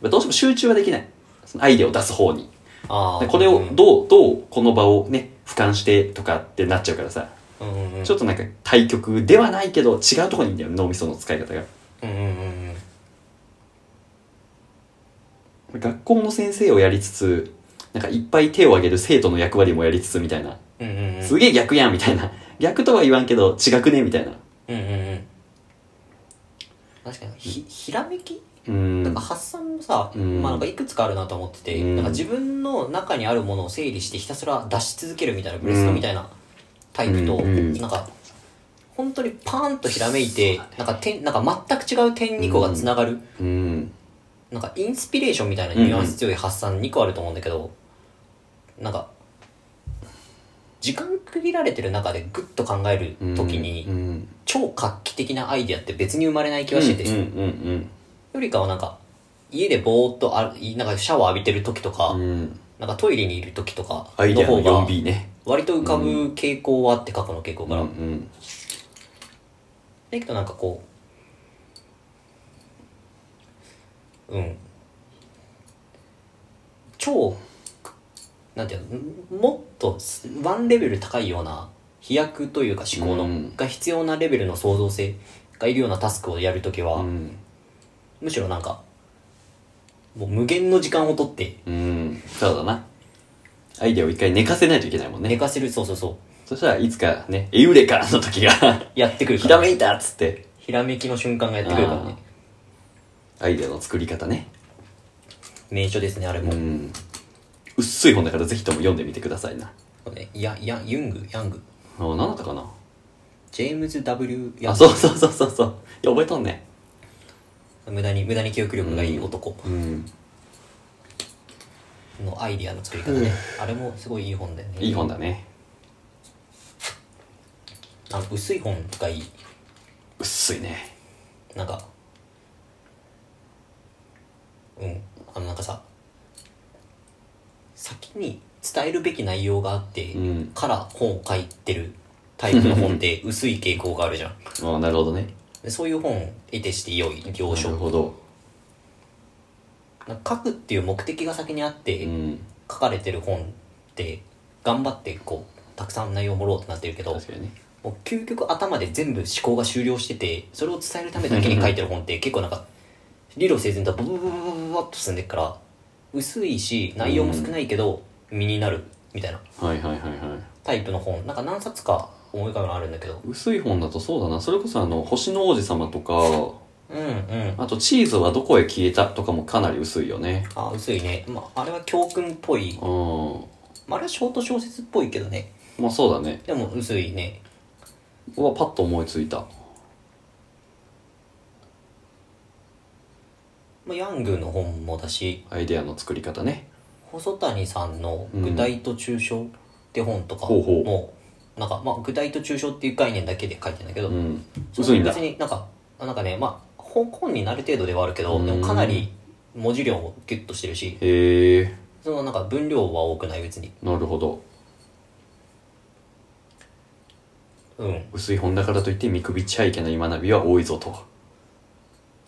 Speaker 1: まあどうしても集中はできないそのアイデアを出す方に
Speaker 2: ああ。
Speaker 1: でこれを
Speaker 2: う
Speaker 1: どうどうこの場をね俯瞰してとかってなっちゃうからさ
Speaker 2: んうんうん。
Speaker 1: ちょっ
Speaker 2: と。
Speaker 1: となんか対局ではないけど違うところにいいんだよ脳みその使い方が
Speaker 2: うんうんうんうん。
Speaker 1: 学校の先生をやりつつなんかいっぱい手を挙げる生徒の役割もやりつつみたいな、
Speaker 2: うんうんうん。
Speaker 1: すげえ逆やんみたいな逆とは言わんけど違くねみたいな
Speaker 2: うんうんうん。確かに、ひ、ひらめき
Speaker 1: う
Speaker 2: なん
Speaker 1: ん
Speaker 2: か発散もさ、
Speaker 1: うん
Speaker 2: まあなんかいくつかあるなと思ってて、
Speaker 1: うん
Speaker 2: なんか自分の中にあるものを整理してひたすら出し続けるみたいなブレストみたいなタイプと、
Speaker 1: うんうん
Speaker 2: なんか本当にパーンとひらめいて、なんか点なんか全く違う点2個がつながる、
Speaker 1: うん
Speaker 2: なんかインスピレーションみたいなニュアンス強い発散2個あると思うんだけど、なんか時間区切られてる中でグッと考える時に、
Speaker 1: うん
Speaker 2: 超画期的なアイディアって別に生まれない気はしてて、
Speaker 1: うんうん
Speaker 2: よりかはなんか、家でぼーっとある、なんかシャワー浴びてる時とか、
Speaker 1: うんうん
Speaker 2: なんかトイレにいる時とか
Speaker 1: アイデ
Speaker 2: の
Speaker 1: アの
Speaker 2: 方が、
Speaker 1: 4B ね
Speaker 2: 割と浮かぶ傾向はあって、過去の傾向
Speaker 1: う
Speaker 2: か
Speaker 1: んう
Speaker 2: ら。
Speaker 1: ん
Speaker 2: だけどなんかこう、うん超なんていうのもっとワンレベル高いような飛躍というか思考の、
Speaker 1: うん
Speaker 2: が必要なレベルの創造性がいるようなタスクをやるときは、
Speaker 1: うん
Speaker 2: むしろなんかもう無限の時間を取って
Speaker 1: うんそうだなアイデアを一回寝かせないといけないもん
Speaker 2: 寝
Speaker 1: ね
Speaker 2: かせる、そうそうそ
Speaker 1: そしたらいつかねエウレカの時 が
Speaker 2: うやってくる
Speaker 1: ひ
Speaker 2: から
Speaker 1: めいたっつって
Speaker 2: ひらめきの瞬間がやってくるからね
Speaker 1: アイデアの作り方ね
Speaker 2: 名所ですねあれも、
Speaker 1: うん薄い本だからぜひとも読んでみてくださいな
Speaker 2: そうね、ややユングヤング
Speaker 1: あ何だったかな
Speaker 2: ジェームズ・ W ・ヤ
Speaker 1: あ
Speaker 2: ング
Speaker 1: そうそうそうそうそういや覚えとんね
Speaker 2: 無駄に無駄に記憶力がいい男
Speaker 1: うん
Speaker 2: のアイディアの作り方ね、あれもすごいいい本だよね
Speaker 1: いい本だね
Speaker 2: あの薄い本がいい
Speaker 1: 薄いね
Speaker 2: なんかうんあのなんかさ先に伝えるべき内容があって、
Speaker 1: うん
Speaker 2: から本を書いてるタイプの本って薄い傾向があるじゃん
Speaker 1: あなるほどね
Speaker 2: でそういう本を得てして良い行
Speaker 1: なる
Speaker 2: 書
Speaker 1: ほど
Speaker 2: なんか書くっていう目的が先にあって、
Speaker 1: うん
Speaker 2: 書かれてる本って頑張ってこうたくさん内容を盛ろうってなってるけど
Speaker 1: 確かにね
Speaker 2: もう究極頭で全部思考が終了しててそれを伝えるためだけに書いてる本って結構なんか理路整然とブブブブブブブっと進んでるから薄いし内容も少ないけど身になるみたいな
Speaker 1: はいはいはいはい
Speaker 2: タイプの本なんか何冊か思い浮かぶのあるんだけど
Speaker 1: 薄い本だとそうだなそれこそあの「星の王子様」とか
Speaker 2: うんうん
Speaker 1: あと「チーズはどこへ消えた」とかもかなり薄いよね
Speaker 2: あ薄いね、まあ、あれは教訓っぽい、
Speaker 1: うん
Speaker 2: まあ、あれはショート小説っぽいけどね
Speaker 1: まあそうだね
Speaker 2: でも薄いね
Speaker 1: ここはパッと思いついた
Speaker 2: まあヤングの本もだし
Speaker 1: アイデアの作り方ね
Speaker 2: 細谷さんの「具体と抽象」って本とか
Speaker 1: ほうほう
Speaker 2: も、なんかまあ具体と抽象っていう概念だけで書いてんだけど、
Speaker 1: うん
Speaker 2: それ
Speaker 1: 薄いんだ
Speaker 2: 別になんかあなんかねまあ本本になる程度ではあるけど、
Speaker 1: うん
Speaker 2: でもかなり文字量もギュッとしてるし
Speaker 1: へえ
Speaker 2: そのなんか分量は多くない別に
Speaker 1: なるほど
Speaker 2: うん
Speaker 1: 薄い本だからといって見くびっちゃいけない学びは多いぞと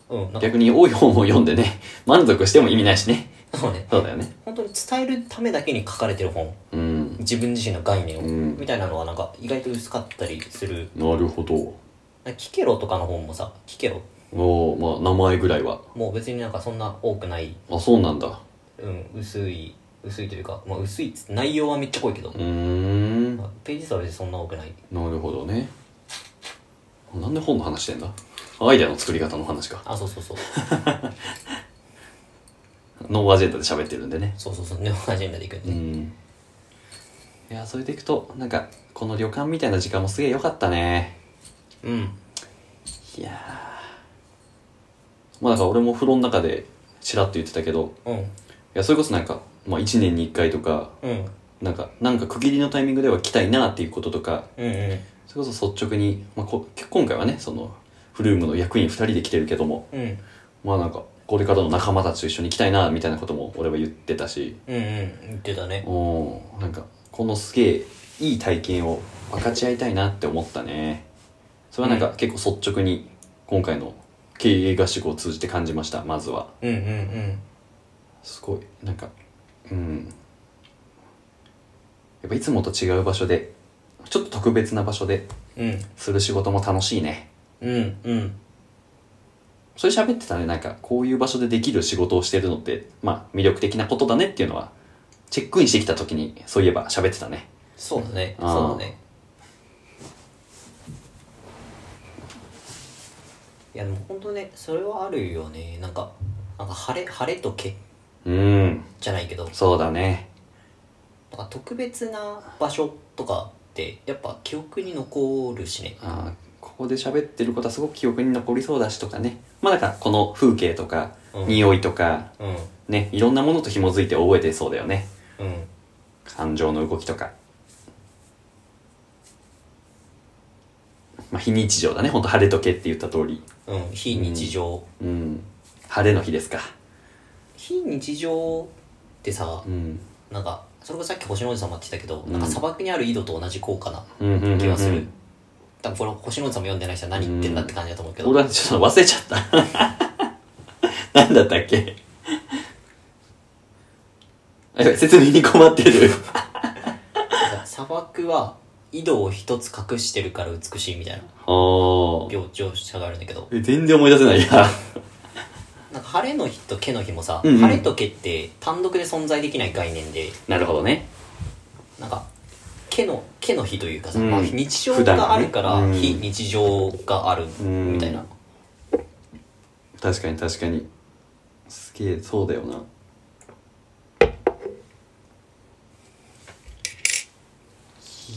Speaker 2: うんなんか
Speaker 1: 逆に多い本を読んでね満足しても意味ないしね
Speaker 2: そうね
Speaker 1: そうだよね
Speaker 2: 本当に伝えるためだけに書かれてる本
Speaker 1: うん
Speaker 2: 自分自身の概念を、
Speaker 1: うん
Speaker 2: みたいなのはなんか意外と薄かったりする
Speaker 1: なるほど
Speaker 2: なんかキケロとかの本もさキケロ
Speaker 1: おーまあ名前ぐらいは
Speaker 2: もう別になんかそんな多くない
Speaker 1: あそうなんだ
Speaker 2: うん、薄い薄いというか、まあ、薄いっつ内容はめっちゃ濃いけど、
Speaker 1: うーんな
Speaker 2: まあページ数は別にそんな多くない
Speaker 1: るほどねなんで本の話してんだアイデアの作り方の話か
Speaker 2: あそうそうそう
Speaker 1: ノーアジェンダで喋ってるんでね
Speaker 2: そうそうそうネオアジェンダでいくんで、
Speaker 1: うんいやそれでいくとなんかこの旅館みたいな時間もすげえ良かったね
Speaker 2: うん、
Speaker 1: いやーまあだから俺も風呂の中でちらっと言ってたけど
Speaker 2: うん
Speaker 1: いやそれこそなんか、まあ、1年に1回とか
Speaker 2: うん
Speaker 1: なんかなんか区切りのタイミングでは来たいなっていうこととか
Speaker 2: うんうん
Speaker 1: それこそ率直に、まあ、こ今回はねそのフルームの役員2人で来てるけども
Speaker 2: うん
Speaker 1: まあなんかこれからの仲間たちと一緒に行きたいなみたいなことも俺は言ってたし
Speaker 2: うんうん言ってたね
Speaker 1: おーなんかこのすげえいい体験を分かち合いたいなって思ったねそれはなんか結構率直に今回の経営合宿を通じて感じましたまずは
Speaker 2: うんうんうん
Speaker 1: すごいなんかうんやっぱいつもと違う場所でちょっと特別な場所で
Speaker 2: うん
Speaker 1: する仕事も楽しいね
Speaker 2: うんうん
Speaker 1: それ喋ってたねなんかこういう場所でできる仕事をしてるのってまあ魅力的なことだねっていうのはチェックインしてきた時にそういえば喋ってたね
Speaker 2: そうだね
Speaker 1: あー
Speaker 2: そうだねいやでも本当ねそれはあるよねなんかなんか晴れ晴れとけ
Speaker 1: うん
Speaker 2: じゃないけど
Speaker 1: そうだね
Speaker 2: なんか特別な場所とかってやっぱ記憶に残るしね
Speaker 1: あーここで喋ってることはすごく記憶に残りそうだしとかねまあだからこの風景とか
Speaker 2: うん
Speaker 1: 匂いとか
Speaker 2: うん
Speaker 1: ねいろんなものと紐づいて覚えてそうだよね
Speaker 2: うん
Speaker 1: 感情の動きとかまあ非日常だねほんと晴れとけって言った通り
Speaker 2: うん非日常、
Speaker 1: うん晴れの日ですか
Speaker 2: 非日常ってさ
Speaker 1: うん
Speaker 2: なんかそれこそさっき星の王子様って言ってたけど、
Speaker 1: ん
Speaker 2: なんか砂漠にある井戸と同じ効果な
Speaker 1: うんうんうんうん
Speaker 2: 気がする、多分これ星の王子様読んでない人は何言ってんだって感じだと思うけど、
Speaker 1: 俺はちょっと忘れちゃった なんだったっけ あやばい説明に困ってる。
Speaker 2: 砂漠は井戸を一つ隠してるから美しいみたいな
Speaker 1: おー。
Speaker 2: 病調者があるんだけど
Speaker 1: え全然思い出せないや。
Speaker 2: なんか晴れの日と毛の日もさ、
Speaker 1: うんうん
Speaker 2: 晴れと毛って単独で存在できない概念で
Speaker 1: なるほどね。
Speaker 2: なんか毛の毛の日というかさ、
Speaker 1: うん
Speaker 2: まあ日常があるから、
Speaker 1: 普段ねうん
Speaker 2: 非日常があるみたいな、
Speaker 1: うん確かに確かに。すげえ、そうだよな。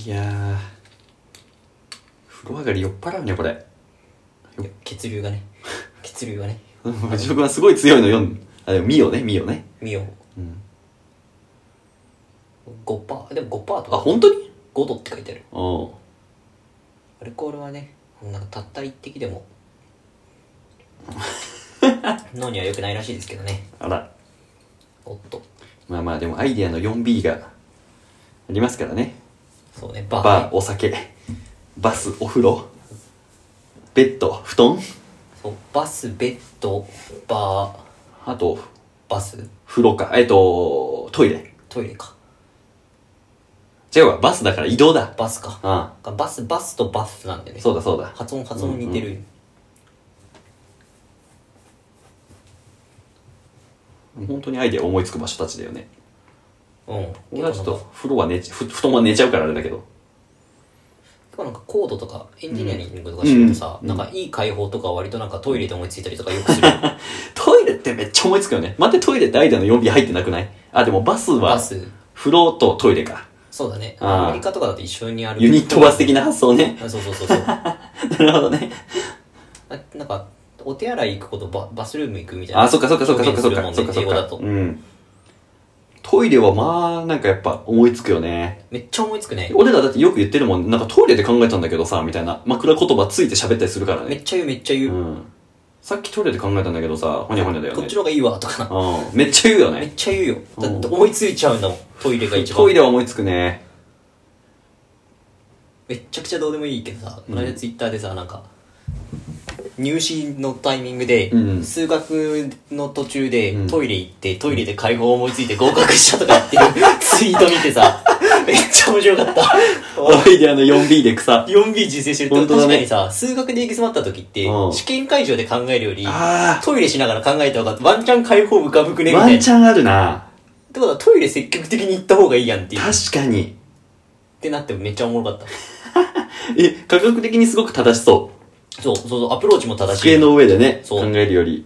Speaker 1: いやー。風呂上がり酔っ払うね、これ。
Speaker 2: いや血流がね血流がね
Speaker 1: 藤尾君はすごい強いの読んあでも見よね見よね、
Speaker 2: 見よ
Speaker 1: うん、
Speaker 2: う5%でも5%と
Speaker 1: あ
Speaker 2: か
Speaker 1: 本当に
Speaker 2: 5度って書いてある
Speaker 1: おう
Speaker 2: アルコールはねなんかたった一滴 でも脳には良くないらしいですけどね
Speaker 1: あら
Speaker 2: おっと
Speaker 1: まあまあでもアイディアの 4B がありますからね
Speaker 2: そうねバー
Speaker 1: バーお酒バスお風呂ベッド布団
Speaker 2: そうバスベッドバー
Speaker 1: あと
Speaker 2: バス
Speaker 1: 風呂かえっとトイレ
Speaker 2: トイレか
Speaker 1: 違うわバスだから移動だ
Speaker 2: バスか
Speaker 1: あ
Speaker 2: バスバスとバスなんだよ
Speaker 1: あ
Speaker 2: ね
Speaker 1: そうだそうだ
Speaker 2: 発音発音似てる、
Speaker 1: 本当にアイディア思いつく場所たちだよね
Speaker 2: うん
Speaker 1: 俺はちょっ
Speaker 2: 結
Speaker 1: と風呂は寝ちふ布団は寝ちゃうからあれだけど
Speaker 2: 構なんかコードとかエンジニアリングとかしてるとさ、
Speaker 1: うん
Speaker 2: なんかいい解放とか割となんかトイレで思いついたりとかよくする
Speaker 1: トイレってめっちゃ思いつくよね待ってトイレってアイディアの 4B 入ってなくないあでもバスは
Speaker 2: バス
Speaker 1: 風呂とトイレか。
Speaker 2: そうだね
Speaker 1: あー
Speaker 2: アメリカとかだと一緒にある
Speaker 1: ユニットバス的な発想ね。
Speaker 2: あそうそうそうそうな
Speaker 1: なるほどね。
Speaker 2: なんかお手洗い行くことババスルーム行くみたいな
Speaker 1: あ、そっかそっかそっかそっかそっか。
Speaker 2: 表
Speaker 1: そっ
Speaker 2: 現
Speaker 1: かそ
Speaker 2: する
Speaker 1: っ
Speaker 2: もんね英語だ
Speaker 1: か。
Speaker 2: と
Speaker 1: うん。トイレはまあ、なんかやっぱ思いつくよね。
Speaker 2: めっちゃ思いつくね
Speaker 1: 俺らだってよく言ってるもん、なんかトイレで考えたんだけどさ、みたいな。枕言葉ついて喋ったりするから
Speaker 2: め
Speaker 1: ね。
Speaker 2: っちゃ言うめっちゃ言
Speaker 1: う
Speaker 2: う、
Speaker 1: ん。さっきトイレで考えたんだけどさ、ほにゃほにゃだよ
Speaker 2: こっ
Speaker 1: ね
Speaker 2: ち。の方がいいわとかな
Speaker 1: うん。めっちゃ言うよ
Speaker 2: めっ
Speaker 1: ね。
Speaker 2: ちゃ言うよだって思いついちゃうんだもんトイレが一番
Speaker 1: トイレは思いつくね。
Speaker 2: めっちゃくちゃどうでもいいけどさ、
Speaker 1: うん
Speaker 2: この間ツイッターでさなんか入試のタイミングで、
Speaker 1: うん
Speaker 2: 数学の途中で、
Speaker 1: うん
Speaker 2: トイレ行ってトイレで解放思いついて合格したとかっていう ツイート見てさめっちゃ面白かった
Speaker 1: トイレあの 4B で草。
Speaker 2: 4B 実践してると、
Speaker 1: 本当だ
Speaker 2: 確か
Speaker 1: ね
Speaker 2: にさ数学で行き詰まった時って、
Speaker 1: うん
Speaker 2: 試験会場で考えるより
Speaker 1: あ
Speaker 2: トイレしながら考えた方がワンチャン解放浮かぶくね
Speaker 1: ー、
Speaker 2: み
Speaker 1: ワ
Speaker 2: たい
Speaker 1: ン
Speaker 2: なっ
Speaker 1: チ
Speaker 2: て
Speaker 1: ャンあるな。
Speaker 2: ことはトイレ積極的に行った方がいいやんっていうっ
Speaker 1: 確かに。
Speaker 2: てなってめっちゃおもろかっ
Speaker 1: え、科学的にすごく正しそう。
Speaker 2: たそうそうそうアプローチも正し
Speaker 1: 机
Speaker 2: い
Speaker 1: の上でね、
Speaker 2: そ
Speaker 1: 考
Speaker 2: う
Speaker 1: えるより。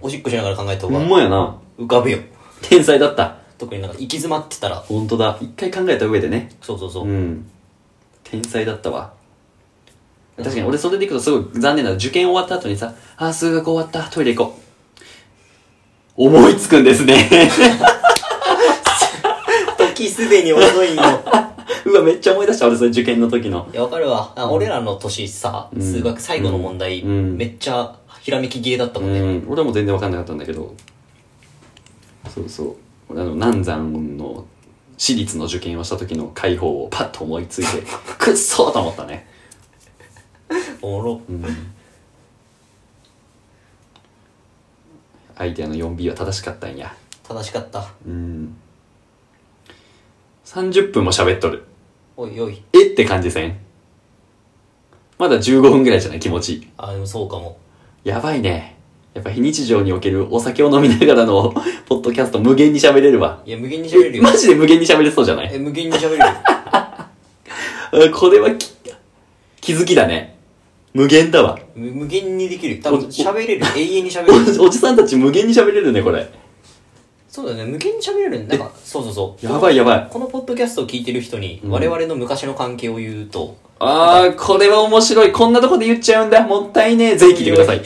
Speaker 2: おしっこしながら考えた方
Speaker 1: ほ
Speaker 2: が
Speaker 1: んまやな。
Speaker 2: 浮かぶよ
Speaker 1: 天才だった。
Speaker 2: 特になんか行き詰まってたら
Speaker 1: ほんとだ。一回考えた上でね。
Speaker 2: そうそうそう、
Speaker 1: うん。天才だったわ。確かに俺それでいくとすごい残念なの受験終わった後にさ、あー、数学終わった、トイレ行こう。思いつくんですね。
Speaker 2: 時すでに遅 いよ
Speaker 1: うわ、めっちゃ思い出した、俺それ受験の時の。
Speaker 2: いやわかるわあ俺らの年さ、
Speaker 1: うん
Speaker 2: 数学最後の問題、
Speaker 1: うん
Speaker 2: めっちゃひらめき芸だった
Speaker 1: う
Speaker 2: もんね、
Speaker 1: ん、俺も全然わかんなかったんだけど。そうそう。俺あの、南山の私立の受験をした時の解放をパッと思いつい て、くっそーと思ったね。
Speaker 2: おもろ
Speaker 1: アイデアの 4B は正しかったんや
Speaker 2: 正しかった
Speaker 1: うん30分も喋っとる
Speaker 2: おいおい
Speaker 1: えって感じせんまだ15分ぐらいじゃない気持ち
Speaker 2: あでもそうかも
Speaker 1: やばいねやっぱ非日常におけるお酒を飲みながらの ポッドキャスト無限に喋れるわ
Speaker 2: いや無限に喋れるよ
Speaker 1: マジで無限に喋れそうじゃない
Speaker 2: え無限に喋れるよ
Speaker 1: うんこれはき気づきだね無限だわ
Speaker 2: 無無限にできるよ多分
Speaker 1: お
Speaker 2: 喋れる永遠に喋れる
Speaker 1: おおじさんたち無限に喋れるねこれ
Speaker 2: そうだね無限に喋れるなんかそうそうそう
Speaker 1: やばいやばい
Speaker 2: このポッドキャストを聞いてる人に、
Speaker 1: うん
Speaker 2: 我々の昔の関係を言うと
Speaker 1: ああ、これは面白い。こんなとこで言っちゃうんだ。もったいねえ。ぜひ聞いてください。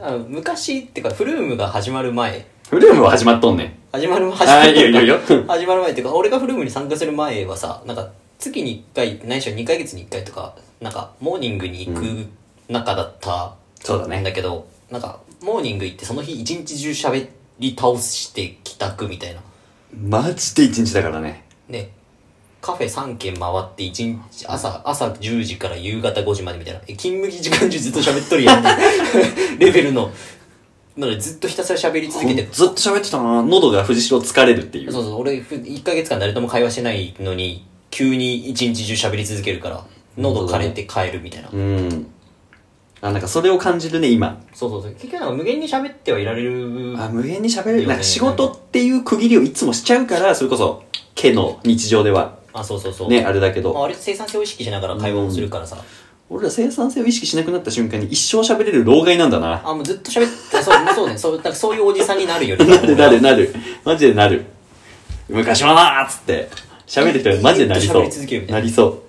Speaker 2: あの昔ってかフルームが始まる前
Speaker 1: フルームは始まっとんねん。
Speaker 2: 始まる始ま
Speaker 1: あー
Speaker 2: る
Speaker 1: いいよいいよいいよ
Speaker 2: 始まる前っていうか俺がフルームに参加する前はさなんか月に1回ないしは2ヶ月に1回とかなんかモーニングに行く中だった、
Speaker 1: そうだね
Speaker 2: んだけどなんかモーニング行ってその日一日中喋り倒して帰宅みたいな
Speaker 1: マジで一日だからね。
Speaker 2: ねカフェ3軒回って一日朝朝10時から夕方5時までみたいなえ勤務時間中ずっと喋っとるやん レベルのなのでずっとひたすら喋り続けて
Speaker 1: ずっと喋ってたな喉が藤代疲れるっていう
Speaker 2: そうそう俺ふ1ヶ月間誰とも会話してないのに急に一日中喋り続けるから喉枯れて帰るみたいな、
Speaker 1: うんあなんかそれを感じるね今
Speaker 2: そうそうそう結局なんか無限に喋ってはいられる
Speaker 1: あ無限に喋れ
Speaker 2: いいよ
Speaker 1: る
Speaker 2: ね
Speaker 1: なんか仕事っていう区切りをいつもしちゃうからそれこそ家の日常では
Speaker 2: あそうそうそう、
Speaker 1: ねあれだけ
Speaker 2: まあ、
Speaker 1: ど
Speaker 2: 割と生産性を意識しながら会話もするからさ、
Speaker 1: 俺ら生産性を意識しなくなった瞬間に一生喋れる老害なんだな
Speaker 2: あもうずっと喋ってそう そうねそうなんかそういうおじさんに なるよね
Speaker 1: なるなるなるマジでなる昔はなーっつって喋る人マジでなりそ
Speaker 2: ずっと喋り続けるみ
Speaker 1: う
Speaker 2: たい
Speaker 1: なりそ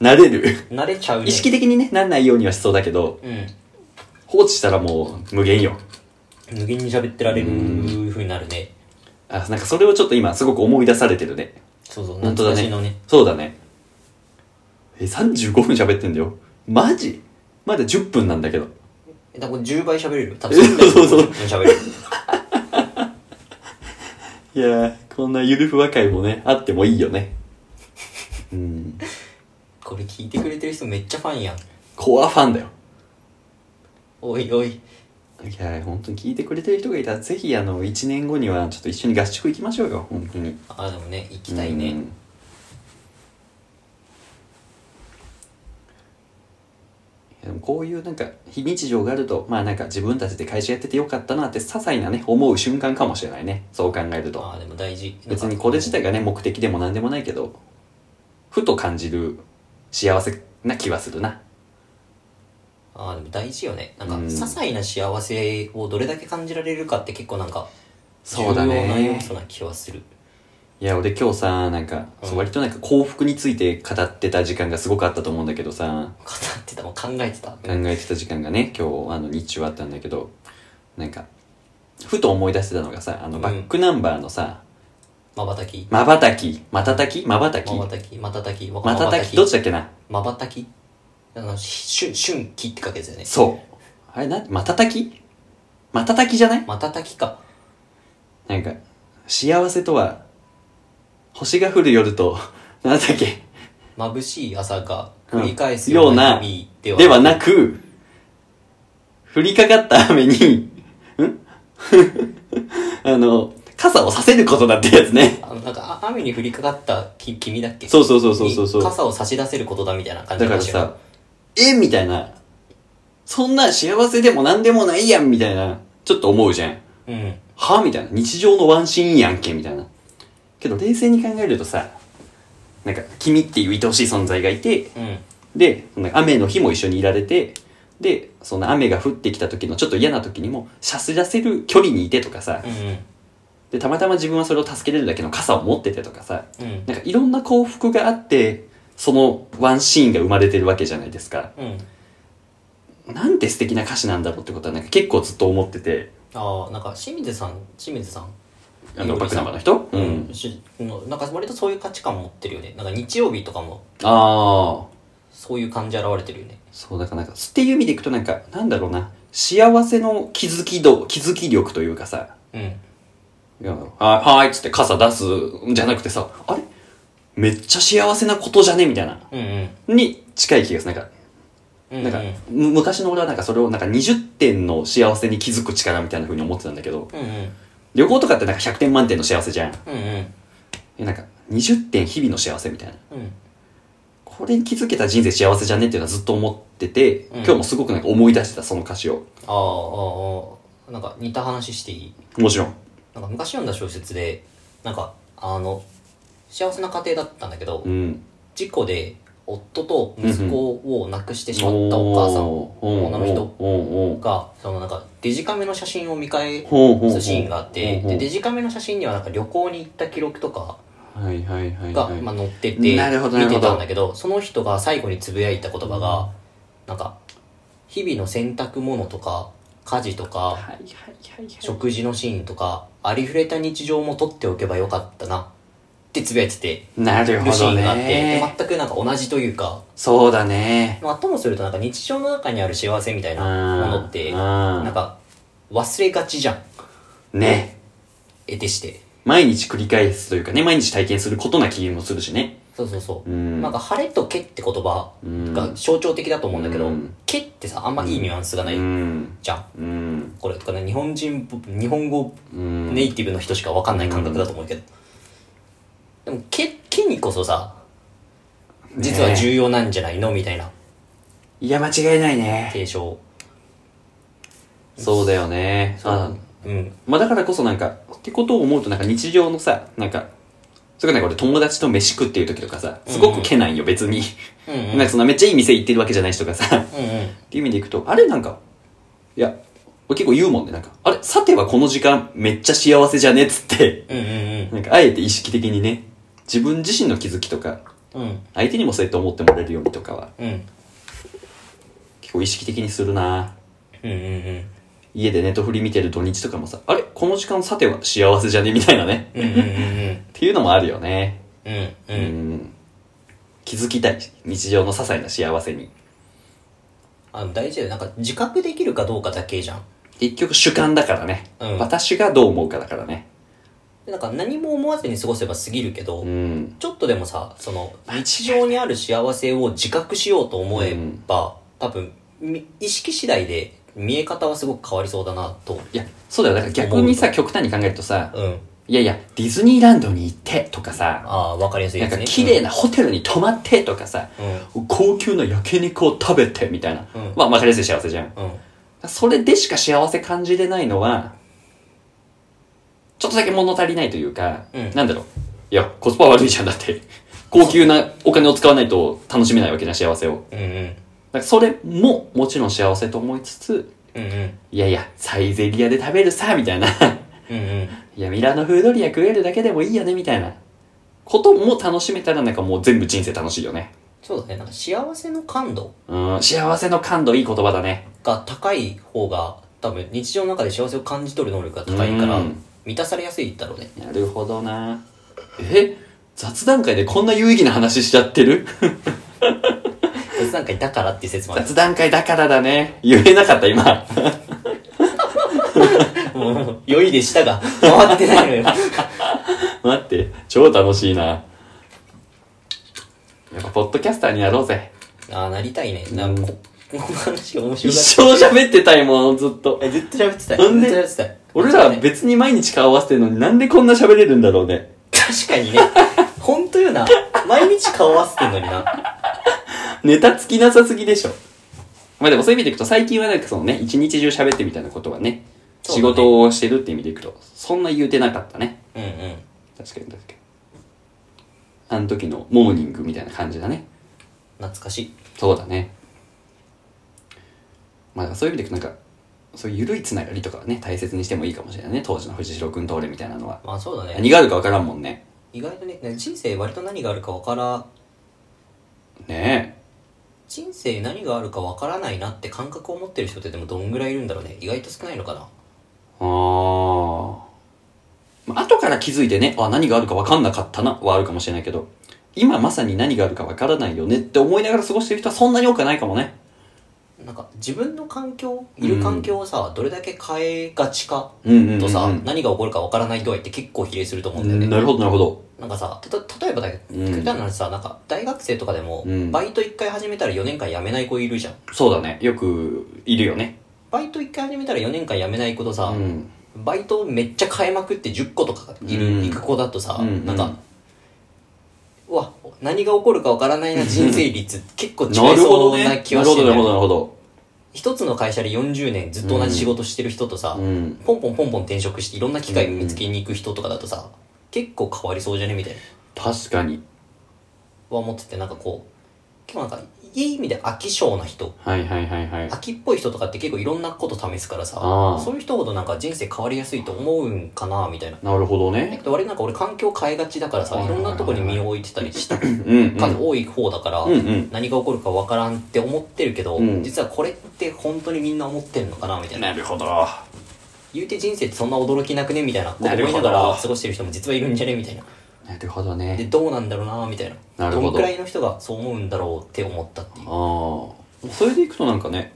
Speaker 1: うなれる
Speaker 2: 慣れちゃうね
Speaker 1: 意識的にねなんないようにはしそうだけど
Speaker 2: うん
Speaker 1: 放置したらもう無限よ
Speaker 2: 無限に喋ってられる風になるね
Speaker 1: あなんかそれをちょっと今すごく思い出されてるね
Speaker 2: そうそう
Speaker 1: 本当だ
Speaker 2: 懐かし
Speaker 1: ね
Speaker 2: いのね
Speaker 1: そうだねえ35分喋ってんだよマジまだ10分なんだけど
Speaker 2: えだからこれ10倍喋れる多
Speaker 1: そうそう
Speaker 2: 喋れる
Speaker 1: いやーこんなゆるふわ会もねあってもいいよねうん
Speaker 2: これ聞いてくれてる人めっちゃファンやん
Speaker 1: コアファンだよ
Speaker 2: おいおい
Speaker 1: いやー本当に聞いてくれてる人がいたらぜひあの1年後にはちょっと一緒に合宿行きましょうよ本当に
Speaker 2: あでもね行きたいね、
Speaker 1: うんいやでもこういうなんか非日常があるとまあなんか自分たちで会社やっててよかったなって些細なね思う瞬間かもしれないねそう考えると
Speaker 2: ああでも大事
Speaker 1: 別にこれ自体がね目的でも何でもないけどふと感じる幸せな気はするな
Speaker 2: ああでも大事よねなんか、
Speaker 1: うん
Speaker 2: 些細な幸せをどれだけ感じられるかって結構なんか
Speaker 1: そうだね
Speaker 2: 重要な要素な気はする
Speaker 1: いや俺今日さなんか、そう割となんか幸福について語ってた時間がすごくあったと思うんだけどさ
Speaker 2: 語ってたもう考えてた
Speaker 1: 考えてた時間がね今日あの日中あったんだけどなんかふと思い出してたのがさあの
Speaker 2: うん
Speaker 1: バックナンバーのさ
Speaker 2: まばたき
Speaker 1: まばたきまたたきまばたき
Speaker 2: まばたきまたたきま
Speaker 1: またたきどっちだっけな
Speaker 2: まばたきあのしゅんしゅんきって書くやつだよね
Speaker 1: そうあれなまたたきまたたきじゃない
Speaker 2: またたきか
Speaker 1: なんか幸せとは星が降る夜と なんだっけ
Speaker 2: 眩しい朝が繰り返す
Speaker 1: うん
Speaker 2: よう
Speaker 1: よ
Speaker 2: な
Speaker 1: うな
Speaker 2: 日々
Speaker 1: ではなく降りかかった雨に んあの傘をさせることだってやつね
Speaker 2: あのなんかあ雨に降りかかったき君だっけ
Speaker 1: そうそうそうそうそうそう
Speaker 2: に傘を差し出せることだみたいな感じ
Speaker 1: だ
Speaker 2: の
Speaker 1: から
Speaker 2: 話よ
Speaker 1: さ、えみたいな。そんな幸せでも何でもないやんみたいな。ちょっと思うじゃん。
Speaker 2: うん
Speaker 1: はみたいな。日常のワンシーンやんけみたいな。けど冷静に考えるとさ、なんか君っていう愛おしい存在がいて、
Speaker 2: うん
Speaker 1: で、その雨の日も一緒にいられて、で、その雨が降ってきた時のちょっと嫌な時にも、しゃせらせる距離にいてとかさ
Speaker 2: う、ん
Speaker 1: で、たまたま自分はそれを助けれるだけの傘を持っててとかさ、
Speaker 2: うんうん
Speaker 1: なんかいろんな幸福があって、そのワンシーンが生まれてるわけじゃないですか。
Speaker 2: うん
Speaker 1: なんて素敵な歌詞なんだろうってことはなんか結構ずっと思ってて、
Speaker 2: ああなんか清水さん清水さん
Speaker 1: あ
Speaker 2: い
Speaker 1: の、
Speaker 2: い
Speaker 1: バ
Speaker 2: お
Speaker 1: ッ
Speaker 2: じ
Speaker 1: クナ
Speaker 2: さ
Speaker 1: ン
Speaker 2: ん
Speaker 1: バーの人う
Speaker 2: うん
Speaker 1: ん。
Speaker 2: しのなんか割とそういう価値観持ってるよねなんか日曜日とかも
Speaker 1: ああ、
Speaker 2: そういう感じ現れてるよね
Speaker 1: そうだからなんか、っていう意味でいくとなんか、なんだろうな、幸せの気づき度、気づき力というかさ、
Speaker 2: うん
Speaker 1: いやはーい、はーいっつって傘出すんじゃなくてさ、あれめっちゃ幸せなことじゃねみたいな。
Speaker 2: うん
Speaker 1: に近い気がする。なんか、
Speaker 2: うんうん
Speaker 1: なんか、
Speaker 2: うん
Speaker 1: む昔の俺はなんかそれをなんか20点の幸せに気づく力みたいな風に思ってたんだけど、
Speaker 2: うんうん
Speaker 1: 旅行とかってなんか100点満点の幸せじゃん。
Speaker 2: うんうん
Speaker 1: えなんか、20点日々の幸せみたいな。
Speaker 2: うん
Speaker 1: これに気づけた人生幸せじゃねっていうのはずっと思ってて、
Speaker 2: うん
Speaker 1: 今日もすごくなんか思い出してたその歌詞を
Speaker 2: ああああなんか似た話していい
Speaker 1: もちろん
Speaker 2: なんか昔読んだ小説でなんかあの幸せな家庭だったんだけど、
Speaker 1: うん
Speaker 2: 事故で夫と息子を亡くしてしまったお母さん
Speaker 1: ん
Speaker 2: 女の人
Speaker 1: おー
Speaker 2: がそのなんかデジカメの写真を見返
Speaker 1: ほうほうほう
Speaker 2: すシーンがあって
Speaker 1: ほうほう
Speaker 2: でデジカメの写真にはなんか旅行に行った記録とか
Speaker 1: はいはいはい
Speaker 2: が、
Speaker 1: はい
Speaker 2: まあ、載ってて見
Speaker 1: なるほどなるほど
Speaker 2: てたんだけどその人が最後につぶやいた言葉がなんか日々の洗濯物とか家事とか
Speaker 1: はいはいはいはい
Speaker 2: 食事のシーンとかありふれた日常も撮っておけばよかったなってつぶやいてて
Speaker 1: なるほ
Speaker 2: るシー
Speaker 1: ど
Speaker 2: ンがあってで
Speaker 1: ね
Speaker 2: 全くなんか同じというか
Speaker 1: そうだね
Speaker 2: まあともするとなんか日常の中にある幸せみたいなものって
Speaker 1: うん
Speaker 2: なんか忘れがちじゃん
Speaker 1: ね
Speaker 2: 得てして
Speaker 1: 毎日繰り返すというかね毎日体験することな気もするしね
Speaker 2: そうそうそう、
Speaker 1: うん
Speaker 2: なんか「晴れ」と「け」って言葉が象徴的だと思うんだけど
Speaker 1: うん
Speaker 2: 「け」ってさあんまいいニュアンスがない
Speaker 1: うん
Speaker 2: じゃん
Speaker 1: うん
Speaker 2: これとかね日本人日本語
Speaker 1: うん
Speaker 2: ネイティブの人しか分かんない感覚だと思うけど、でも「け」けにこそさ実は重要なんじゃないのみたいない
Speaker 1: や間違いないね
Speaker 2: 提唱
Speaker 1: そうだよねあ
Speaker 2: うん
Speaker 1: まあだからこそなんかってことを思うとなんか日常のさなんかそれからね俺友達と飯食っていう時とかさすごくけないよ別に、
Speaker 2: うんう
Speaker 1: なん
Speaker 2: ん
Speaker 1: かそんなめっちゃいい店行ってるわけじゃないしとかさっ
Speaker 2: うんうん
Speaker 1: ていう意味でいくとあれなんかいや俺結構言うもんねなんかあれさてはこの時間めっちゃ幸せじゃねっつって
Speaker 2: うんうん
Speaker 1: なんかあえて意識的にね自分自身の気づきとか
Speaker 2: うんうん
Speaker 1: 相手にもそうやって思ってもらえるようにとかは
Speaker 2: うん
Speaker 1: 結構意識的にするな
Speaker 2: うんうん
Speaker 1: 家でネットフリ見てる土日とかもさあれこの時間さては幸せじゃねみたいなね
Speaker 2: うんうんうん
Speaker 1: っていうのもあるよね
Speaker 2: うんう
Speaker 1: うん気づきたい日常の些細な幸せに
Speaker 2: あの大事だよなんか自覚できるかどうかだけじゃん
Speaker 1: 結局主観だからね、
Speaker 2: うん
Speaker 1: 私がどう思うかだからね
Speaker 2: でなんか何も思わずに過ごせば過ぎるけど、
Speaker 1: うん
Speaker 2: ちょっとでもさその日常にある幸せを自覚しようと思えば、多分み意識次第で見え方はすごく変わりそうだなと
Speaker 1: いやそうだよだから逆にさ極端に考えるとさ
Speaker 2: うん
Speaker 1: いやいやディズニーランドに行ってとかさ
Speaker 2: ああ分かりやすい
Speaker 1: なん
Speaker 2: です
Speaker 1: か
Speaker 2: ね
Speaker 1: 綺麗なホテルに泊まってとかさ、高級な焼肉を食べてみたいな、
Speaker 2: うん
Speaker 1: まあ分かりやすい幸せじゃん
Speaker 2: うん、うん、
Speaker 1: それでしか幸せ感じれないのは、ちょっとだけ物足りないというか、
Speaker 2: うん
Speaker 1: なんだろう。いや、コスパ悪いじゃんだって。高級なお金を使わないと楽しめないわけじゃん、幸せを。
Speaker 2: うんうん
Speaker 1: だからそれももちろん幸せと思いつつ、
Speaker 2: うんうん
Speaker 1: いやいや、サイゼリアで食べるさ、みたいな。
Speaker 2: うんうん
Speaker 1: いや、ミラノ風ドリア食えるだけでもいいよね、みたいな。ことも楽しめたらなんかもう全部人生楽しいよね。
Speaker 2: そうだねなんか幸せの感度
Speaker 1: うん、幸せの感度いい言葉だね。
Speaker 2: が高い方が多分日常の中で幸せを感じ取る能力が高いから
Speaker 1: うん
Speaker 2: 満たされやすいだろうね
Speaker 1: なるほどなえ雑談会でこんな有意義な話しちゃってる
Speaker 2: 別段階だからっていう説もある
Speaker 1: 雑談会だからだね。言えなかった、今。
Speaker 2: もう酔いでしたが回ってないのよ
Speaker 1: 待って、超楽しいな。やっぱ、ポッドキャスターになろうぜ。
Speaker 2: ああなりたいねなんかここの話が面白
Speaker 1: 一
Speaker 2: かった
Speaker 1: 生喋ってたいもん、ずっと。
Speaker 2: えずっと喋ってた
Speaker 1: なんで
Speaker 2: ずっと喋ってた
Speaker 1: 俺らは別に毎日顔合わせてるのになんでこんな喋れるんだろうね。
Speaker 2: 確かにね本当よな毎日顔合わせてんのにな
Speaker 1: ネタつきなさすぎでしょ。まあでもそういう意味でいくと、最近はなんかそのね、一日中喋ってみたいなことはね、
Speaker 2: そう
Speaker 1: 仕
Speaker 2: だね
Speaker 1: 事をしてるって意味でいくと、そんな言うてなかったね。
Speaker 2: うんうん
Speaker 1: 確かに確かにあの時のモーニングみたいな感じだね
Speaker 2: 懐かしい
Speaker 1: そうだねまあだからそういう意味でなんかそういう緩いつながりとかはね大切にしてもいいかもしれないね当時の藤代君と俺みたいなのは
Speaker 2: まあそうだ
Speaker 1: 何
Speaker 2: ね
Speaker 1: があるか分からんもんね
Speaker 2: 意外とねね人生割と何があるかわから
Speaker 1: ね
Speaker 2: 人生何があるかわからないなって感覚を持ってる人ってでもどんぐらいいるんだろうね意外と少ないのかな
Speaker 1: えああまあ後から気づいてねあ何があるか分かんなかったなはあるかもしれないけど今まさに何があるか分からないよねって思いながら過ごしてる人はそんなに多くはないかもね
Speaker 2: なんか自分の環境いる環境をさ、どれだけ変えがちか
Speaker 1: うんうんうんうん
Speaker 2: とさ、何が起こるかわからない度合いって結構比例すると思うんだよね、
Speaker 1: なるほどなるほど
Speaker 2: なんかさ、たと例えばだけど、
Speaker 1: うん
Speaker 2: 極端な話さ、なんか大学生とかでも、
Speaker 1: うん
Speaker 2: バイト1回始めたら4年間辞めない子いるじゃん。
Speaker 1: そうだねよくいるよね
Speaker 2: バイト1回始めたら4年間辞めない子とさ、
Speaker 1: うん
Speaker 2: バイトめっちゃ変えまくって10個とかいる、
Speaker 1: うん
Speaker 2: 行く子だとさ、
Speaker 1: うん
Speaker 2: なんか、うわ、何が起こるかわからないな人生率結構違い
Speaker 1: なるほ
Speaker 2: そ
Speaker 1: ど
Speaker 2: う
Speaker 1: ね。
Speaker 2: な気は
Speaker 1: な
Speaker 2: し
Speaker 1: る
Speaker 2: て
Speaker 1: ほど、
Speaker 2: ん
Speaker 1: な
Speaker 2: だ
Speaker 1: るほど、なるほ
Speaker 2: よ
Speaker 1: ど。
Speaker 2: 一つの会社で40年ずっと同じ仕事してる人とさ、
Speaker 1: うん。
Speaker 2: ポンポンポンポン転職していろんな機会見つけに行く人とかだとさ、結構変わりそうじゃねみたいな。
Speaker 1: 確かに。
Speaker 2: は思っててなんかこう結構なんかいい意味で飽き性な人
Speaker 1: はいはいはいはい。
Speaker 2: 飽きっぽい人とかって結構いろんなこと試すからさ
Speaker 1: あー
Speaker 2: そういう人ほどなんか人生変わりやすいと思うんかなみたいな
Speaker 1: なるほど
Speaker 2: だ
Speaker 1: ね
Speaker 2: け。ど割となんか俺環境変えがちだからさ
Speaker 1: はい
Speaker 2: い
Speaker 1: はい
Speaker 2: ろ
Speaker 1: はい
Speaker 2: んなとこに身を置いてたりした
Speaker 1: うんうん。
Speaker 2: 数多い方だから
Speaker 1: うんうん
Speaker 2: 何が起こるかわからんって思ってるけど
Speaker 1: うん
Speaker 2: 実はこれって本当にみんな思ってるのかなみたいな
Speaker 1: なるほど。
Speaker 2: 言うて人生ってそんな驚きなくねみたいなこと思いな
Speaker 1: な
Speaker 2: が
Speaker 1: るほ
Speaker 2: ら
Speaker 1: ど
Speaker 2: 過ごしてる人も実はいるんじゃねみたいな
Speaker 1: なるほど
Speaker 2: で
Speaker 1: ね。
Speaker 2: どうなんだろうなみたい
Speaker 1: な
Speaker 2: な
Speaker 1: るほ
Speaker 2: ど
Speaker 1: ど
Speaker 2: んくらいの人がそう思うんだろうって思ったっていう
Speaker 1: ああ。それでいくとなんかね、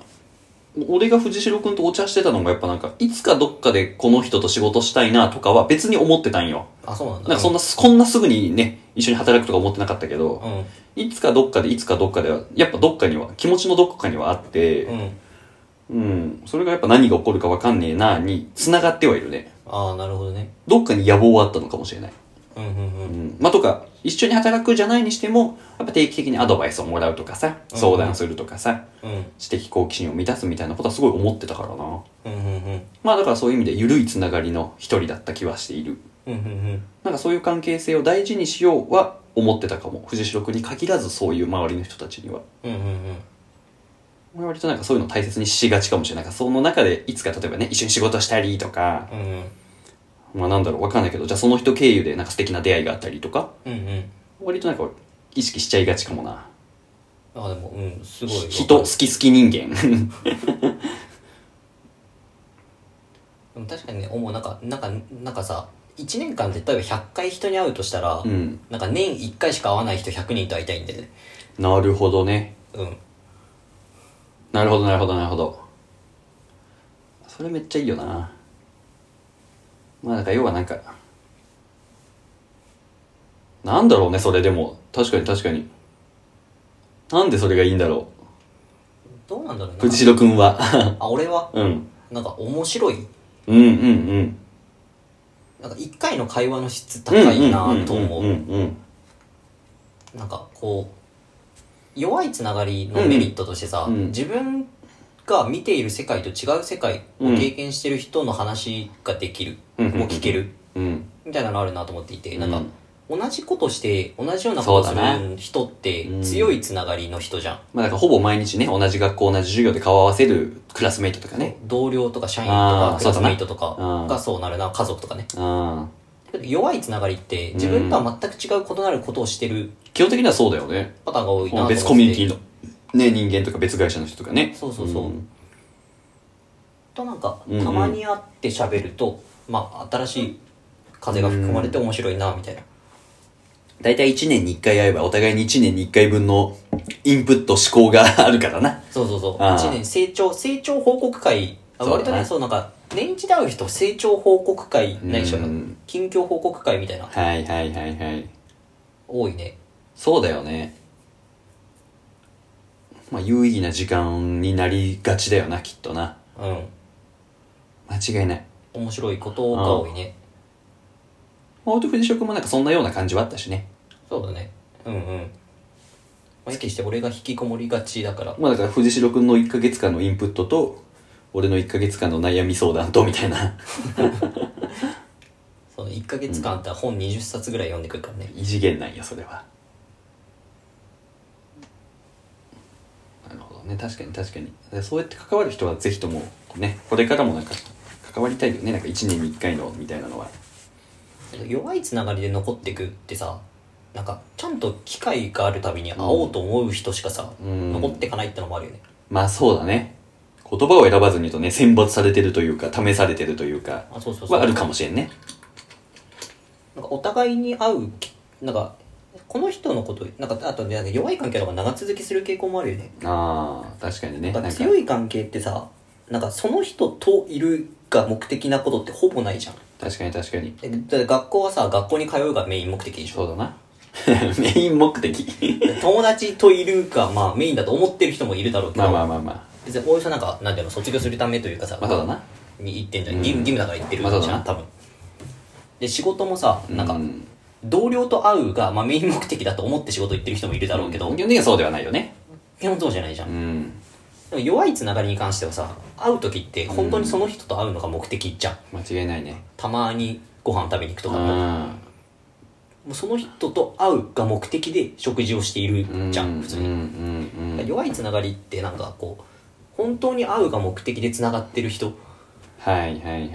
Speaker 1: 俺が藤代くんとお茶してたのがやっぱなんか、いつかどっかでこの人と仕事したいなとかは別に思ってたんよ。
Speaker 2: あそうなんだ
Speaker 1: なんかそんな、こんなすぐにね、一緒に働くとか思ってなかったけど、
Speaker 2: うん
Speaker 1: いつかどっかでいつかどっかではやっぱどっかには気持ちのどこかにはあって、
Speaker 2: うん
Speaker 1: うんそれがやっぱ何が起こるか分かんねえなに繋がってはいるね
Speaker 2: ああなるほどね
Speaker 1: どっかに野望はあったのかもしれない、
Speaker 2: うんうんう
Speaker 1: うんん、まあとか一緒に働くじゃないにしてもやっぱ定期的にアドバイスをもらうとかさ
Speaker 2: うん
Speaker 1: 相談するとかさ、
Speaker 2: うん
Speaker 1: 知的好奇心を満たすみたいなことはすごい思ってたからな
Speaker 2: うんうんうん
Speaker 1: まあだからそういう意味で緩いつながりの一人だった気はしている
Speaker 2: うんうん
Speaker 1: なんかそういう関係性を大事にしようは思ってたかも藤代君に限らずそういう周りの人たちには
Speaker 2: うんうんうん
Speaker 1: 俺割となんかそういうの大切にしがちかもしれないなんかその中でいつか例えばね一緒に仕事したりとか
Speaker 2: うんうん
Speaker 1: まあなんだろうわかんないけどじゃあその人経由でなんか素敵な出会いがあったりとか
Speaker 2: うんうん
Speaker 1: 割となんか意識しちゃいがちかもな
Speaker 2: ああでもうんすごいわかる
Speaker 1: 人好き好き人間
Speaker 2: でも確かにね思うなんかなんかなんかさ1年間で例えば100回人に会うとしたら、
Speaker 1: うん
Speaker 2: なんか年1回しか会わない人100人と会いたいんだよね
Speaker 1: なるほどね
Speaker 2: うん
Speaker 1: なるほどなるほどなるほどそれめっちゃいいよなまあだから要はなんかなんだろうねそれでも確かに確かになんでそれがいいんだろ
Speaker 2: どうなんだろう
Speaker 1: う
Speaker 2: な
Speaker 1: 藤代君は
Speaker 2: あ俺は
Speaker 1: うん
Speaker 2: なんか面白い
Speaker 1: うんうんうん
Speaker 2: なんか1回の会話の質高いなと思
Speaker 1: うん
Speaker 2: う
Speaker 1: うんうん
Speaker 2: なんかこう弱いつながりのメリットとしてさ、
Speaker 1: うんうん
Speaker 2: 自分が見ている世界と違う世界を経験してる人の話ができる、
Speaker 1: うん
Speaker 2: もう聞ける
Speaker 1: うん
Speaker 2: みたいなのあるなと思ってい
Speaker 1: う
Speaker 2: て、
Speaker 1: ん
Speaker 2: なんか同じことして同じようなことをす
Speaker 1: そうだ
Speaker 2: る人って
Speaker 1: うん
Speaker 2: 強いつながりの人じゃん、
Speaker 1: まあだからほぼ毎日ね同じ学校同じ授業で顔合わせるクラスメイトとかね
Speaker 2: 同僚とか社員と
Speaker 1: あ
Speaker 2: か
Speaker 1: ー
Speaker 2: クラスメイトと
Speaker 1: そ
Speaker 2: か
Speaker 1: うだなうん
Speaker 2: がそうなるな家族とかね
Speaker 1: ああ
Speaker 2: 弱いつながりって自分とは全く違う異なることをしてる
Speaker 1: 基本的にはそうだよね
Speaker 2: パターンが多いなと思って
Speaker 1: 別コミュニティのね人間とか別会社の人とかね
Speaker 2: そうそうそうんとなんか
Speaker 1: うんうん
Speaker 2: たまに会って喋ると、まあ新しい風が含まれて面白いなみたいな、
Speaker 1: 大体1年に1回会えばお互いに1年に1回分のインプット思考があるからな。
Speaker 2: そうそうそう
Speaker 1: あー
Speaker 2: 1年成長成長報告会あ
Speaker 1: そうだね
Speaker 2: 割とねそうなんか年一で会う人成長報告会ないしょ
Speaker 1: うん
Speaker 2: 近況報告会みたいな
Speaker 1: はいはいはいはい。
Speaker 2: 多いね
Speaker 1: そうだよね。まあ有意義な時間になりがちだよな、きっとな。
Speaker 2: うん
Speaker 1: 間違いない。
Speaker 2: 面白いことが多いね
Speaker 1: オートフジショ君もなんかそんなような感じはあったしね。
Speaker 2: そうだねうんうんまあ意識して俺が引きこもりがちだから
Speaker 1: まあだから藤代君の1ヶ月間のインプットと、俺の1ヶ月間の悩み相談と、みたいな。
Speaker 2: その1ヶ月間あったら本20冊ぐらい読んでくるからね
Speaker 1: 異次元なんやそれはなるほどね確かに確かにでそうやって関わる人はぜひともねこれからもなんか関わりたいよねなんか1年に1回のみたいなのは
Speaker 2: 弱いつながりで残ってくってさなんかちゃんと機会があるたびに会おうと思う人しかさ、
Speaker 1: うん
Speaker 2: 残ってかないってのもあるよね
Speaker 1: まあそうだね言葉を選ばずに言うとね選抜されてるというか試されてるというか
Speaker 2: あそうそうそう
Speaker 1: はあるかもしれんね
Speaker 2: なんかお互いに会うきなんかこの人のことなんかあとねなんか弱い関係とか長続きする傾向もあるよね
Speaker 1: ああ確かにね
Speaker 2: なんか
Speaker 1: なんか
Speaker 2: 強い関係ってさなんかその人といるが目的なことってほぼないじゃん
Speaker 1: 確かに確かに
Speaker 2: えだって学校はさ学校に通うがメイン目的で し
Speaker 1: そ
Speaker 2: ょ
Speaker 1: うだなメイン目的
Speaker 2: 友達といるがまあメインだと思ってる人もいるだろうけど、
Speaker 1: まあまあまあまあ
Speaker 2: 別におよそなんかなんていうの卒業するためというかさ
Speaker 1: まあそうだな
Speaker 2: に行ってんじゃん、
Speaker 1: うん
Speaker 2: 義務義務だから行ってる
Speaker 1: まあそうだ
Speaker 2: じ
Speaker 1: な
Speaker 2: ゃん、多分で仕事もさなんか、
Speaker 1: う
Speaker 2: 同僚と会うが、まあ、メイン目的だと思って仕事行ってる人もいるだろうけど、
Speaker 1: 基本的にはそうではないよね
Speaker 2: 基本そうじゃないじゃん、
Speaker 1: う
Speaker 2: で
Speaker 1: ん
Speaker 2: も弱いつながりに関してはさ会う時って本当にその人と会うのが目的じゃん
Speaker 1: 間違いないね
Speaker 2: たまにご飯食べに行くとかもも
Speaker 1: ん
Speaker 2: うその人と会うが目的で食事をしているじゃん、普通に、
Speaker 1: うんうんうん
Speaker 2: 弱いつながりってなんかこう本当に会うが目的でつながってる人
Speaker 1: はいはいはいはい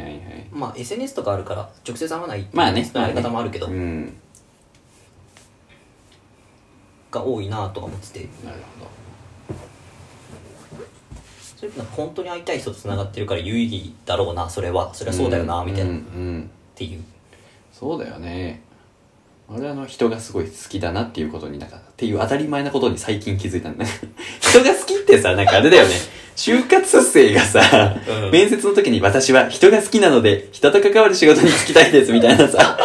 Speaker 2: まあ SNS とかあるから直接会わないっていう
Speaker 1: まあね
Speaker 2: やり方もあるけど、
Speaker 1: うん
Speaker 2: が多いなとか思ってて
Speaker 1: なるほど
Speaker 2: そういうのは本当に会いたい人とつながってるから有意義だろうなそれはそれはそうだよなみたいな、
Speaker 1: うんう
Speaker 2: っ
Speaker 1: ん
Speaker 2: ていう
Speaker 1: そうだよね俺あの人がすごい好きだなっていうことになんかっていう当たり前なことに最近気づいたんだ 人が好きってさなんかあれだよね就活生がさ、
Speaker 2: うん
Speaker 1: 面接の時に私は人が好きなので人と関わる仕事に就きたいですみたいなさ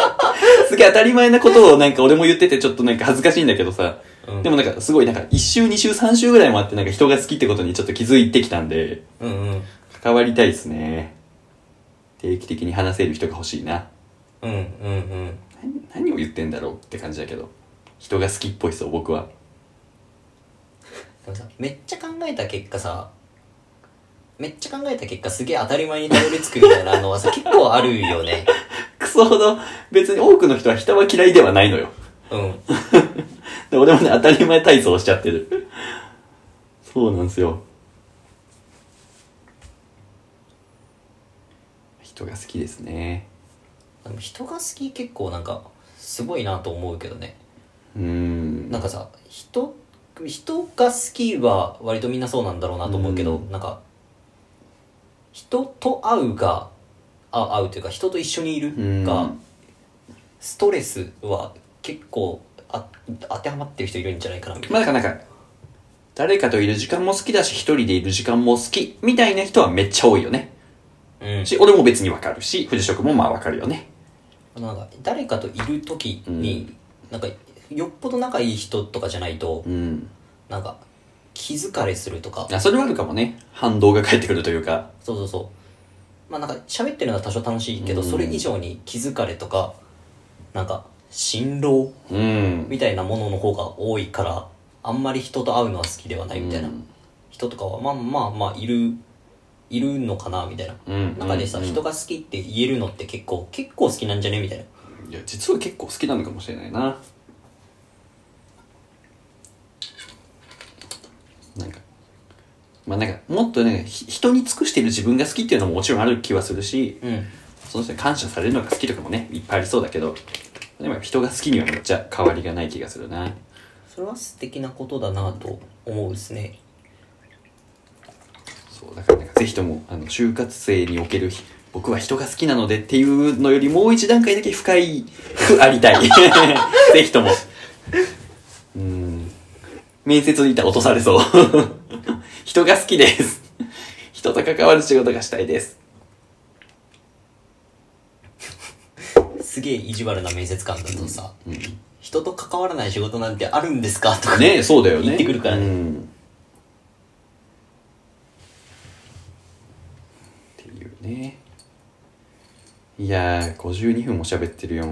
Speaker 1: すげえ当たり前なことをなんか俺も言っててちょっとなんか恥ずかしいんだけどさ、
Speaker 2: うん
Speaker 1: でもなんかすごいなんか1週2週3週ぐらいもあってなんか人が好きってことにちょっと気づいてきたんで
Speaker 2: うんうん
Speaker 1: 関わりたいですね定期的に話せる人が欲しいな
Speaker 2: うんうんうん
Speaker 1: 何何を言ってんだろうって感じだけど人が好きっぽいっすよ僕は
Speaker 2: でもさめっちゃ考えた結果さめっちゃ考えた結果すげえ当たり前にたどり着くみたいなのはさ結構あるよね
Speaker 1: クソほど別に多くの人は人は嫌いではないのよ
Speaker 2: うん
Speaker 1: で俺もね当たり前体操をしちゃってるそうなんですよ人が好きですね
Speaker 2: でも人が好き結構なんかすごいなと思うけどね
Speaker 1: うーん
Speaker 2: なんかさ人人が好きは割とみんなそうなんだろうなと思うけど、
Speaker 1: うん
Speaker 2: なんか人と会うがあ会うというか人と一緒にいるが、
Speaker 1: うん
Speaker 2: ストレスは結構あ当てはまってる人いるんじゃないかなみたいな
Speaker 1: まあだからなんか誰かといる時間も好きだし一人でいる時間も好きみたいな人はめっちゃ多いよね
Speaker 2: うん
Speaker 1: し俺も別にわかるし藤職もまあわかるよね
Speaker 2: なんか誰かといる時に、なんかよっぽど仲いい人とかじゃないと、
Speaker 1: うん
Speaker 2: なんか気疲れするとか
Speaker 1: あそれはあるかもね反動が返ってくるというか
Speaker 2: そうそうそうまあなんか喋ってるのは多少楽しいけど、
Speaker 1: うん
Speaker 2: それ以上に気疲れとかなんか辛労
Speaker 1: うん
Speaker 2: みたいなものの方が多いからあんまり人と会うのは好きではないみたいな、
Speaker 1: うん
Speaker 2: 人とかはまあまあまあいるいるのかなみたいな、
Speaker 1: うん
Speaker 2: 中でさ、
Speaker 1: うん
Speaker 2: 人が好きって言えるのって結構結構好きなんじゃねみたいない
Speaker 1: や実は結構好きなのかもしれないななんかまあなんかもっとねひ人に尽くしてる自分が好きっていうのももちろんある気はするし
Speaker 2: うん
Speaker 1: その人に感謝されるのが好きとかもねいっぱいありそうだけどでもやっぱ人が好きにはめっちゃ変わりがない気がするな
Speaker 2: それは素敵なことだなと思うですね
Speaker 1: そうだからなんかぜひともあの就活生における僕は人が好きなのでっていうのよりもう一段階だけ深いくありたい ぜひともうん面接にいたら落とされそう 人が好きです人と関わる仕事がしたいです
Speaker 2: すげえ意地悪な面接官だとさ、
Speaker 1: うん
Speaker 2: 人と関わらない仕事なんてあるんですかとか
Speaker 1: ねえそうだよね
Speaker 2: 言ってくるからね
Speaker 1: うんっていうねいやー52分も喋ってるよ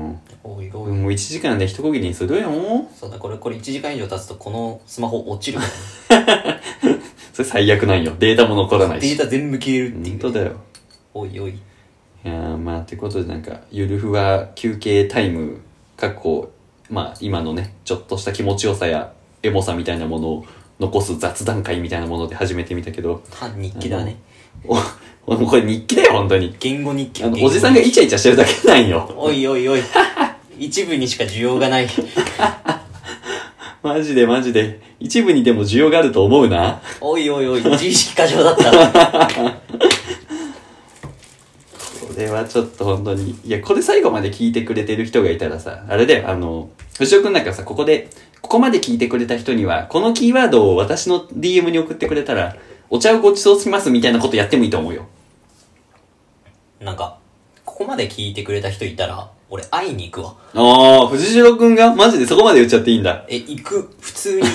Speaker 2: おいおい、
Speaker 1: もう1時間で一区切りにするよ
Speaker 2: そうだこれこれ1時間以上経つとこのスマホ落ちるから
Speaker 1: それ最悪なんよデータも残らない
Speaker 2: デー
Speaker 1: し
Speaker 2: タ全部消えるってい
Speaker 1: 本
Speaker 2: う、
Speaker 1: 当だよ
Speaker 2: おいおい
Speaker 1: いやーまあってことでなんかゆるふは休憩タイムかっこまあ今のねちょっとした気持ちよさやエモさみたいなものを残す雑談会みたいなもので始めてみたけど
Speaker 2: 半日記だね
Speaker 1: お おもうこれ日記だよ本当に
Speaker 2: 言語日記
Speaker 1: あの
Speaker 2: 言
Speaker 1: お
Speaker 2: 語日記
Speaker 1: じさんがイチャイチャしてるだけなんよ
Speaker 2: おいおいおい 一部にしか需要がない
Speaker 1: マジでマジで一部にでも需要があると思うな
Speaker 2: おいおいおい自意識過剰だった
Speaker 1: これはちょっと本当にいやこれ最後まで聞いてくれてる人がいたらさあれだよあの藤尾くんなんかさここでここまで聞いてくれた人にはこのキーワードを私の DM に送ってくれたらお茶をごちそうしますみたいなことやってもいいと思うよ
Speaker 2: なんかここまで聞いてくれた人いたら俺会いに行くわ
Speaker 1: ああ藤代くんがマジでそこまで言っちゃっていいんだ
Speaker 2: え行く普通に行く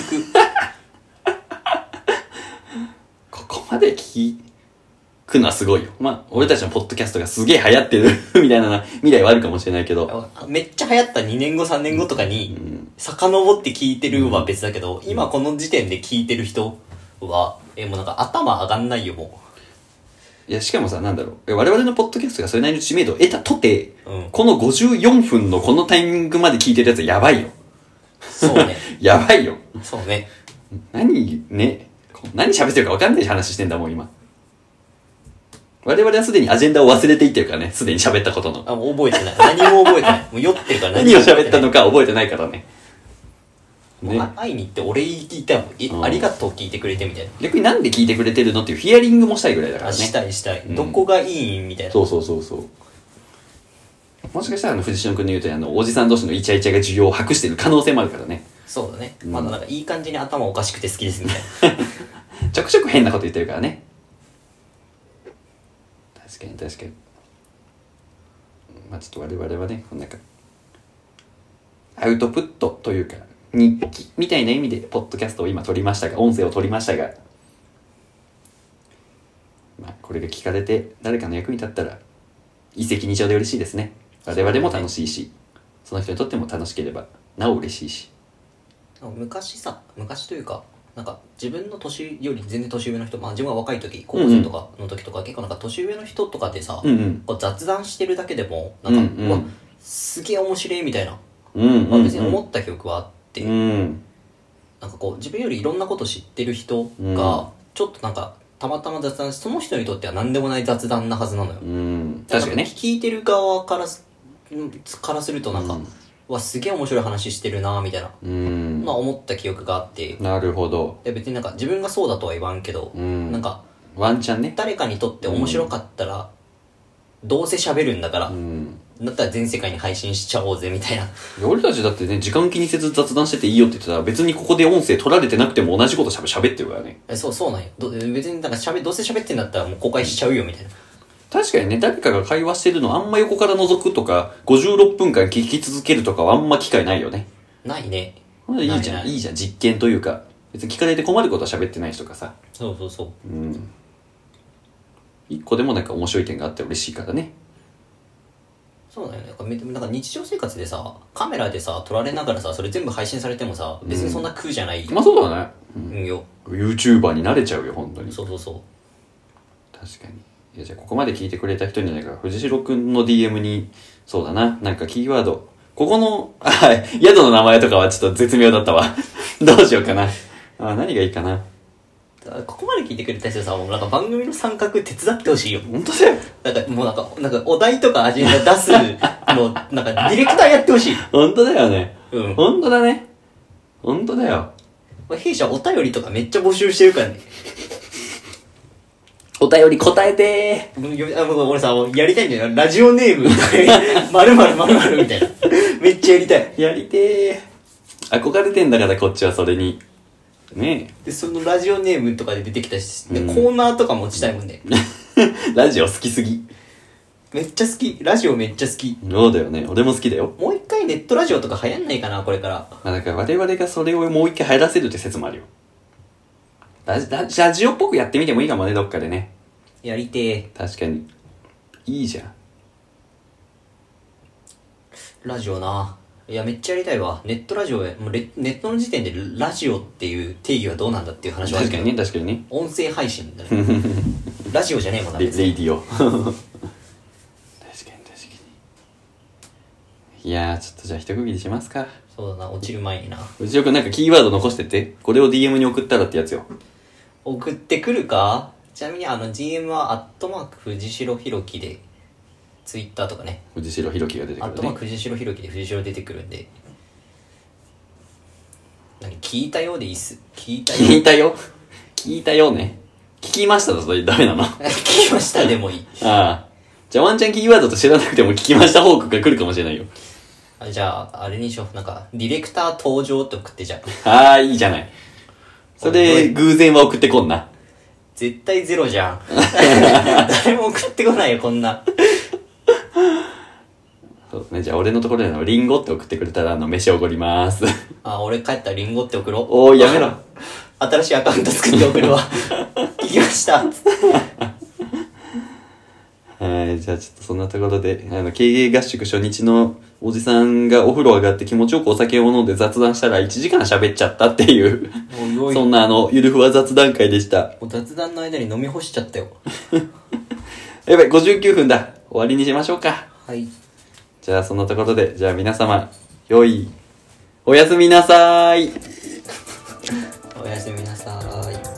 Speaker 1: ここまで聞くのはすごいよまあ俺たちのポッドキャストがすげえ流行ってる みたいな未来はあるかもしれないけど
Speaker 2: めっちゃ流行った2年後3年後とかに遡って聞いてるは別だけど、今この時点で聞いてる人はえもうなんか頭上がんないよも
Speaker 1: いやしかもさなんだろう我々のポッドキャストがそれなりの知名度を得たとて
Speaker 2: ううん
Speaker 1: この54分のこのタイミングまで聞いてるやつやばいよ。
Speaker 2: そう ね
Speaker 1: やばいよ。
Speaker 2: そうね
Speaker 1: 何、ね、こ何喋ってるか分かんない話してんだもん、今。我々はすでにアジェンダを忘れていってるからね、すでに喋った ことの。
Speaker 2: あもう覚えてない何も覚えてないもう酔ってるから
Speaker 1: 何を
Speaker 2: も覚え
Speaker 1: 喋ってた
Speaker 2: ない
Speaker 1: のか覚えてないからね。
Speaker 2: もう
Speaker 1: ね
Speaker 2: あ。会いに行って俺言いたいもんえ、
Speaker 1: うん
Speaker 2: ありがとう聞いてくれてみたいな
Speaker 1: 逆になんで聞いてくれてるのっていうヒアリングもしたいぐらいだから
Speaker 2: あ
Speaker 1: ね。
Speaker 2: したいしたい、
Speaker 1: うん
Speaker 2: どこがいいみたいな
Speaker 1: そうそうそうそう。もしかしたらあの藤代君の言うとりあのおじさん同士のイチャイチャが需要を博してる可能性もあるからね
Speaker 2: そうだね、
Speaker 1: うん
Speaker 2: まだなんかいい感じに頭おかしくて好きですみたいな
Speaker 1: ちょくちょく変なこと言ってるからね確かに確かにまあちょっと我々はねこうなんかアウトプットというか日記みたいな意味でポッドキャストを今撮りましたが音声を撮りましたが、まあ、これが聞かれて誰かの役に立ったら一石二鳥で嬉しいですね我々も楽しいしその人にとっても楽しければなお嬉しいし
Speaker 2: 昔さ昔というかなんか自分の年より全然年上の人まあ自分は若い時高校生とかの時とか、結構なんか年上の人とかでさ、
Speaker 1: うん
Speaker 2: こう雑談してるだけでもなんか、
Speaker 1: うんうん
Speaker 2: うわすげえ面白いみたいな、
Speaker 1: うんうんうん
Speaker 2: まあ、別に
Speaker 1: うん
Speaker 2: 思った記憶はあって、
Speaker 1: うん
Speaker 2: なんかこう自分よりいろんなこと知ってる人
Speaker 1: うん
Speaker 2: がちょっとなんかたまたま雑談しその人にとっては何でもない雑談なはずなのよ、
Speaker 1: うん確かにね
Speaker 2: 聞いてる側からすんからするとなんか、
Speaker 1: うん
Speaker 2: うわすげえ面白い話してるなみたいな、
Speaker 1: うん
Speaker 2: まあ、思った記憶があって
Speaker 1: なるほど
Speaker 2: で別になんか自分がそうだとは言わんけど、
Speaker 1: うん
Speaker 2: なんか
Speaker 1: ワンチャンね
Speaker 2: 誰かにとって面白かったら、どうせ喋るんだから、
Speaker 1: うん
Speaker 2: だったら全世界に配信しちゃおうぜみたいな
Speaker 1: 俺たちだってね時間気にせず雑談してていいよって言ってたら別にここで音声取られてなくても同じことしゃべ喋ってるからね
Speaker 2: えそうそうなんよど別になんかしゃべどうせ喋ってんだったらもう公開しちゃうよみたいな、
Speaker 1: 確かにね誰かが会話してるのあんま横から覗くとか56分間聞き続けるとかはあんま機会ないよね
Speaker 2: ないね
Speaker 1: ほんならいいじゃん
Speaker 2: ない
Speaker 1: い
Speaker 2: ない
Speaker 1: じゃん実験というか別に聞かれて困ることは喋ってないしとかさ
Speaker 2: そうそうそう
Speaker 1: うん一個でもなんか面白い点があったら嬉しいからね
Speaker 2: そうだよねなんかめなんか日常生活でさカメラでさ撮られながらさそれ全部配信されてもさ別にそんな苦じゃない、
Speaker 1: まあそうだね、うん、
Speaker 2: うんよ
Speaker 1: YouTuber になれちゃうよ本当に
Speaker 2: そうそうそう
Speaker 1: 確かにいやじゃあここまで聞いてくれた人にはなんか藤代くんの DM にそうだななんかキーワードここのあはい宿の名前とかはちょっと絶妙だったわ どうしようかなあ何がいいかな
Speaker 2: だからここまで聞いてくれた人さもうなんか番組の参画手伝ってほしいよ
Speaker 1: 本当だよ
Speaker 2: なんかもうなんかなんかお題とかアジェンダ出すの なんかディレクターやってほしい
Speaker 1: 本当だよね
Speaker 2: うん
Speaker 1: 本当だね本当だよ
Speaker 2: まあ弊社お便りとかめっちゃ募集してるからね
Speaker 1: お便り答えて
Speaker 2: もうよあもう俺さもうやりたいんだよラジオネーム まるまるまるまるみたいなめっちゃやりたい
Speaker 1: やりてー憧れてんだからこっちはそれにねえ
Speaker 2: でそのラジオネームとかで出てきたし、で
Speaker 1: うん
Speaker 2: コーナーとかも打ちたいもんね
Speaker 1: ラジオ好きすぎ
Speaker 2: めっちゃ好きラジオめっちゃ好き
Speaker 1: そうだよね俺も好きだよ
Speaker 2: もう一回ネットラジオとか流行んないかなこれから
Speaker 1: まあ、だから我々がそれをもう一回入らせるって説もあるよラジララジオっぽくやってみてもいいかもねどっかでね
Speaker 2: やりてえ
Speaker 1: 確かにいいじゃん
Speaker 2: ラジオないやめっちゃやりたいわネットラジオへもうレネットの時点でラジオっていう定義はどうなんだっていう話はある
Speaker 1: 確か
Speaker 2: けど
Speaker 1: にね確かにね
Speaker 2: 音声配信 だねラジオじゃねえもんな
Speaker 1: レ
Speaker 2: 別に
Speaker 1: レイディオ 確かに確かにいやーちょっとじゃあ一区切りしますか
Speaker 2: そうだな落ちる前にな
Speaker 1: 藤代くんなんかキーワード残してってこれを DM に送ったらってやつよ
Speaker 2: 送ってくるかちなみにあの DM はアットマーク藤代弘樹で Twitter とかね
Speaker 1: 藤代弘樹が出て
Speaker 2: ア
Speaker 1: く
Speaker 2: ッ
Speaker 1: る
Speaker 2: トマー
Speaker 1: ね
Speaker 2: ク藤代弘樹で藤代出てくるんで何聞いたようでいいっす聞いた
Speaker 1: 聞
Speaker 2: よ
Speaker 1: いたよ聞いたよね聞きましただとダメなの
Speaker 2: う聞きましたでもいい
Speaker 1: ああ。じゃあワンチャンキーワードと知らなくても聞きました報告が来るかもしれないよ。
Speaker 2: あじゃああれにしようなんかディレクター登場って送ってじゃあ
Speaker 1: ああ、いいじゃない。そ
Speaker 2: お
Speaker 1: れ、
Speaker 2: い
Speaker 1: 偶然は送ってこんな。
Speaker 2: 絶対ゼロじゃん 誰も送ってこないよこんな
Speaker 1: そうね、じゃあ俺のところでのリンゴって送ってくれたら、あの、飯おごります。
Speaker 2: あ俺帰ったらリンゴって送ろう
Speaker 1: おー、やめろ。
Speaker 2: 新しいアカウント作って送 るわ行きました
Speaker 1: はい、じゃあちょっとそんなところで、あの、経営合宿初日のおじさんがお風呂上がって気持ちよくお酒を飲んで雑談したら1時間喋っちゃったっていう、
Speaker 2: おい
Speaker 1: そんなあの、ゆるふわ雑談会でした。
Speaker 2: お雑談の間に飲み干しちゃったよ
Speaker 1: やばい、59分だ。終わりにしましょうか。
Speaker 2: はい
Speaker 1: じゃあそんなところで、じゃあ皆様、良い、おやすみなさーい。
Speaker 2: おやすみなさーい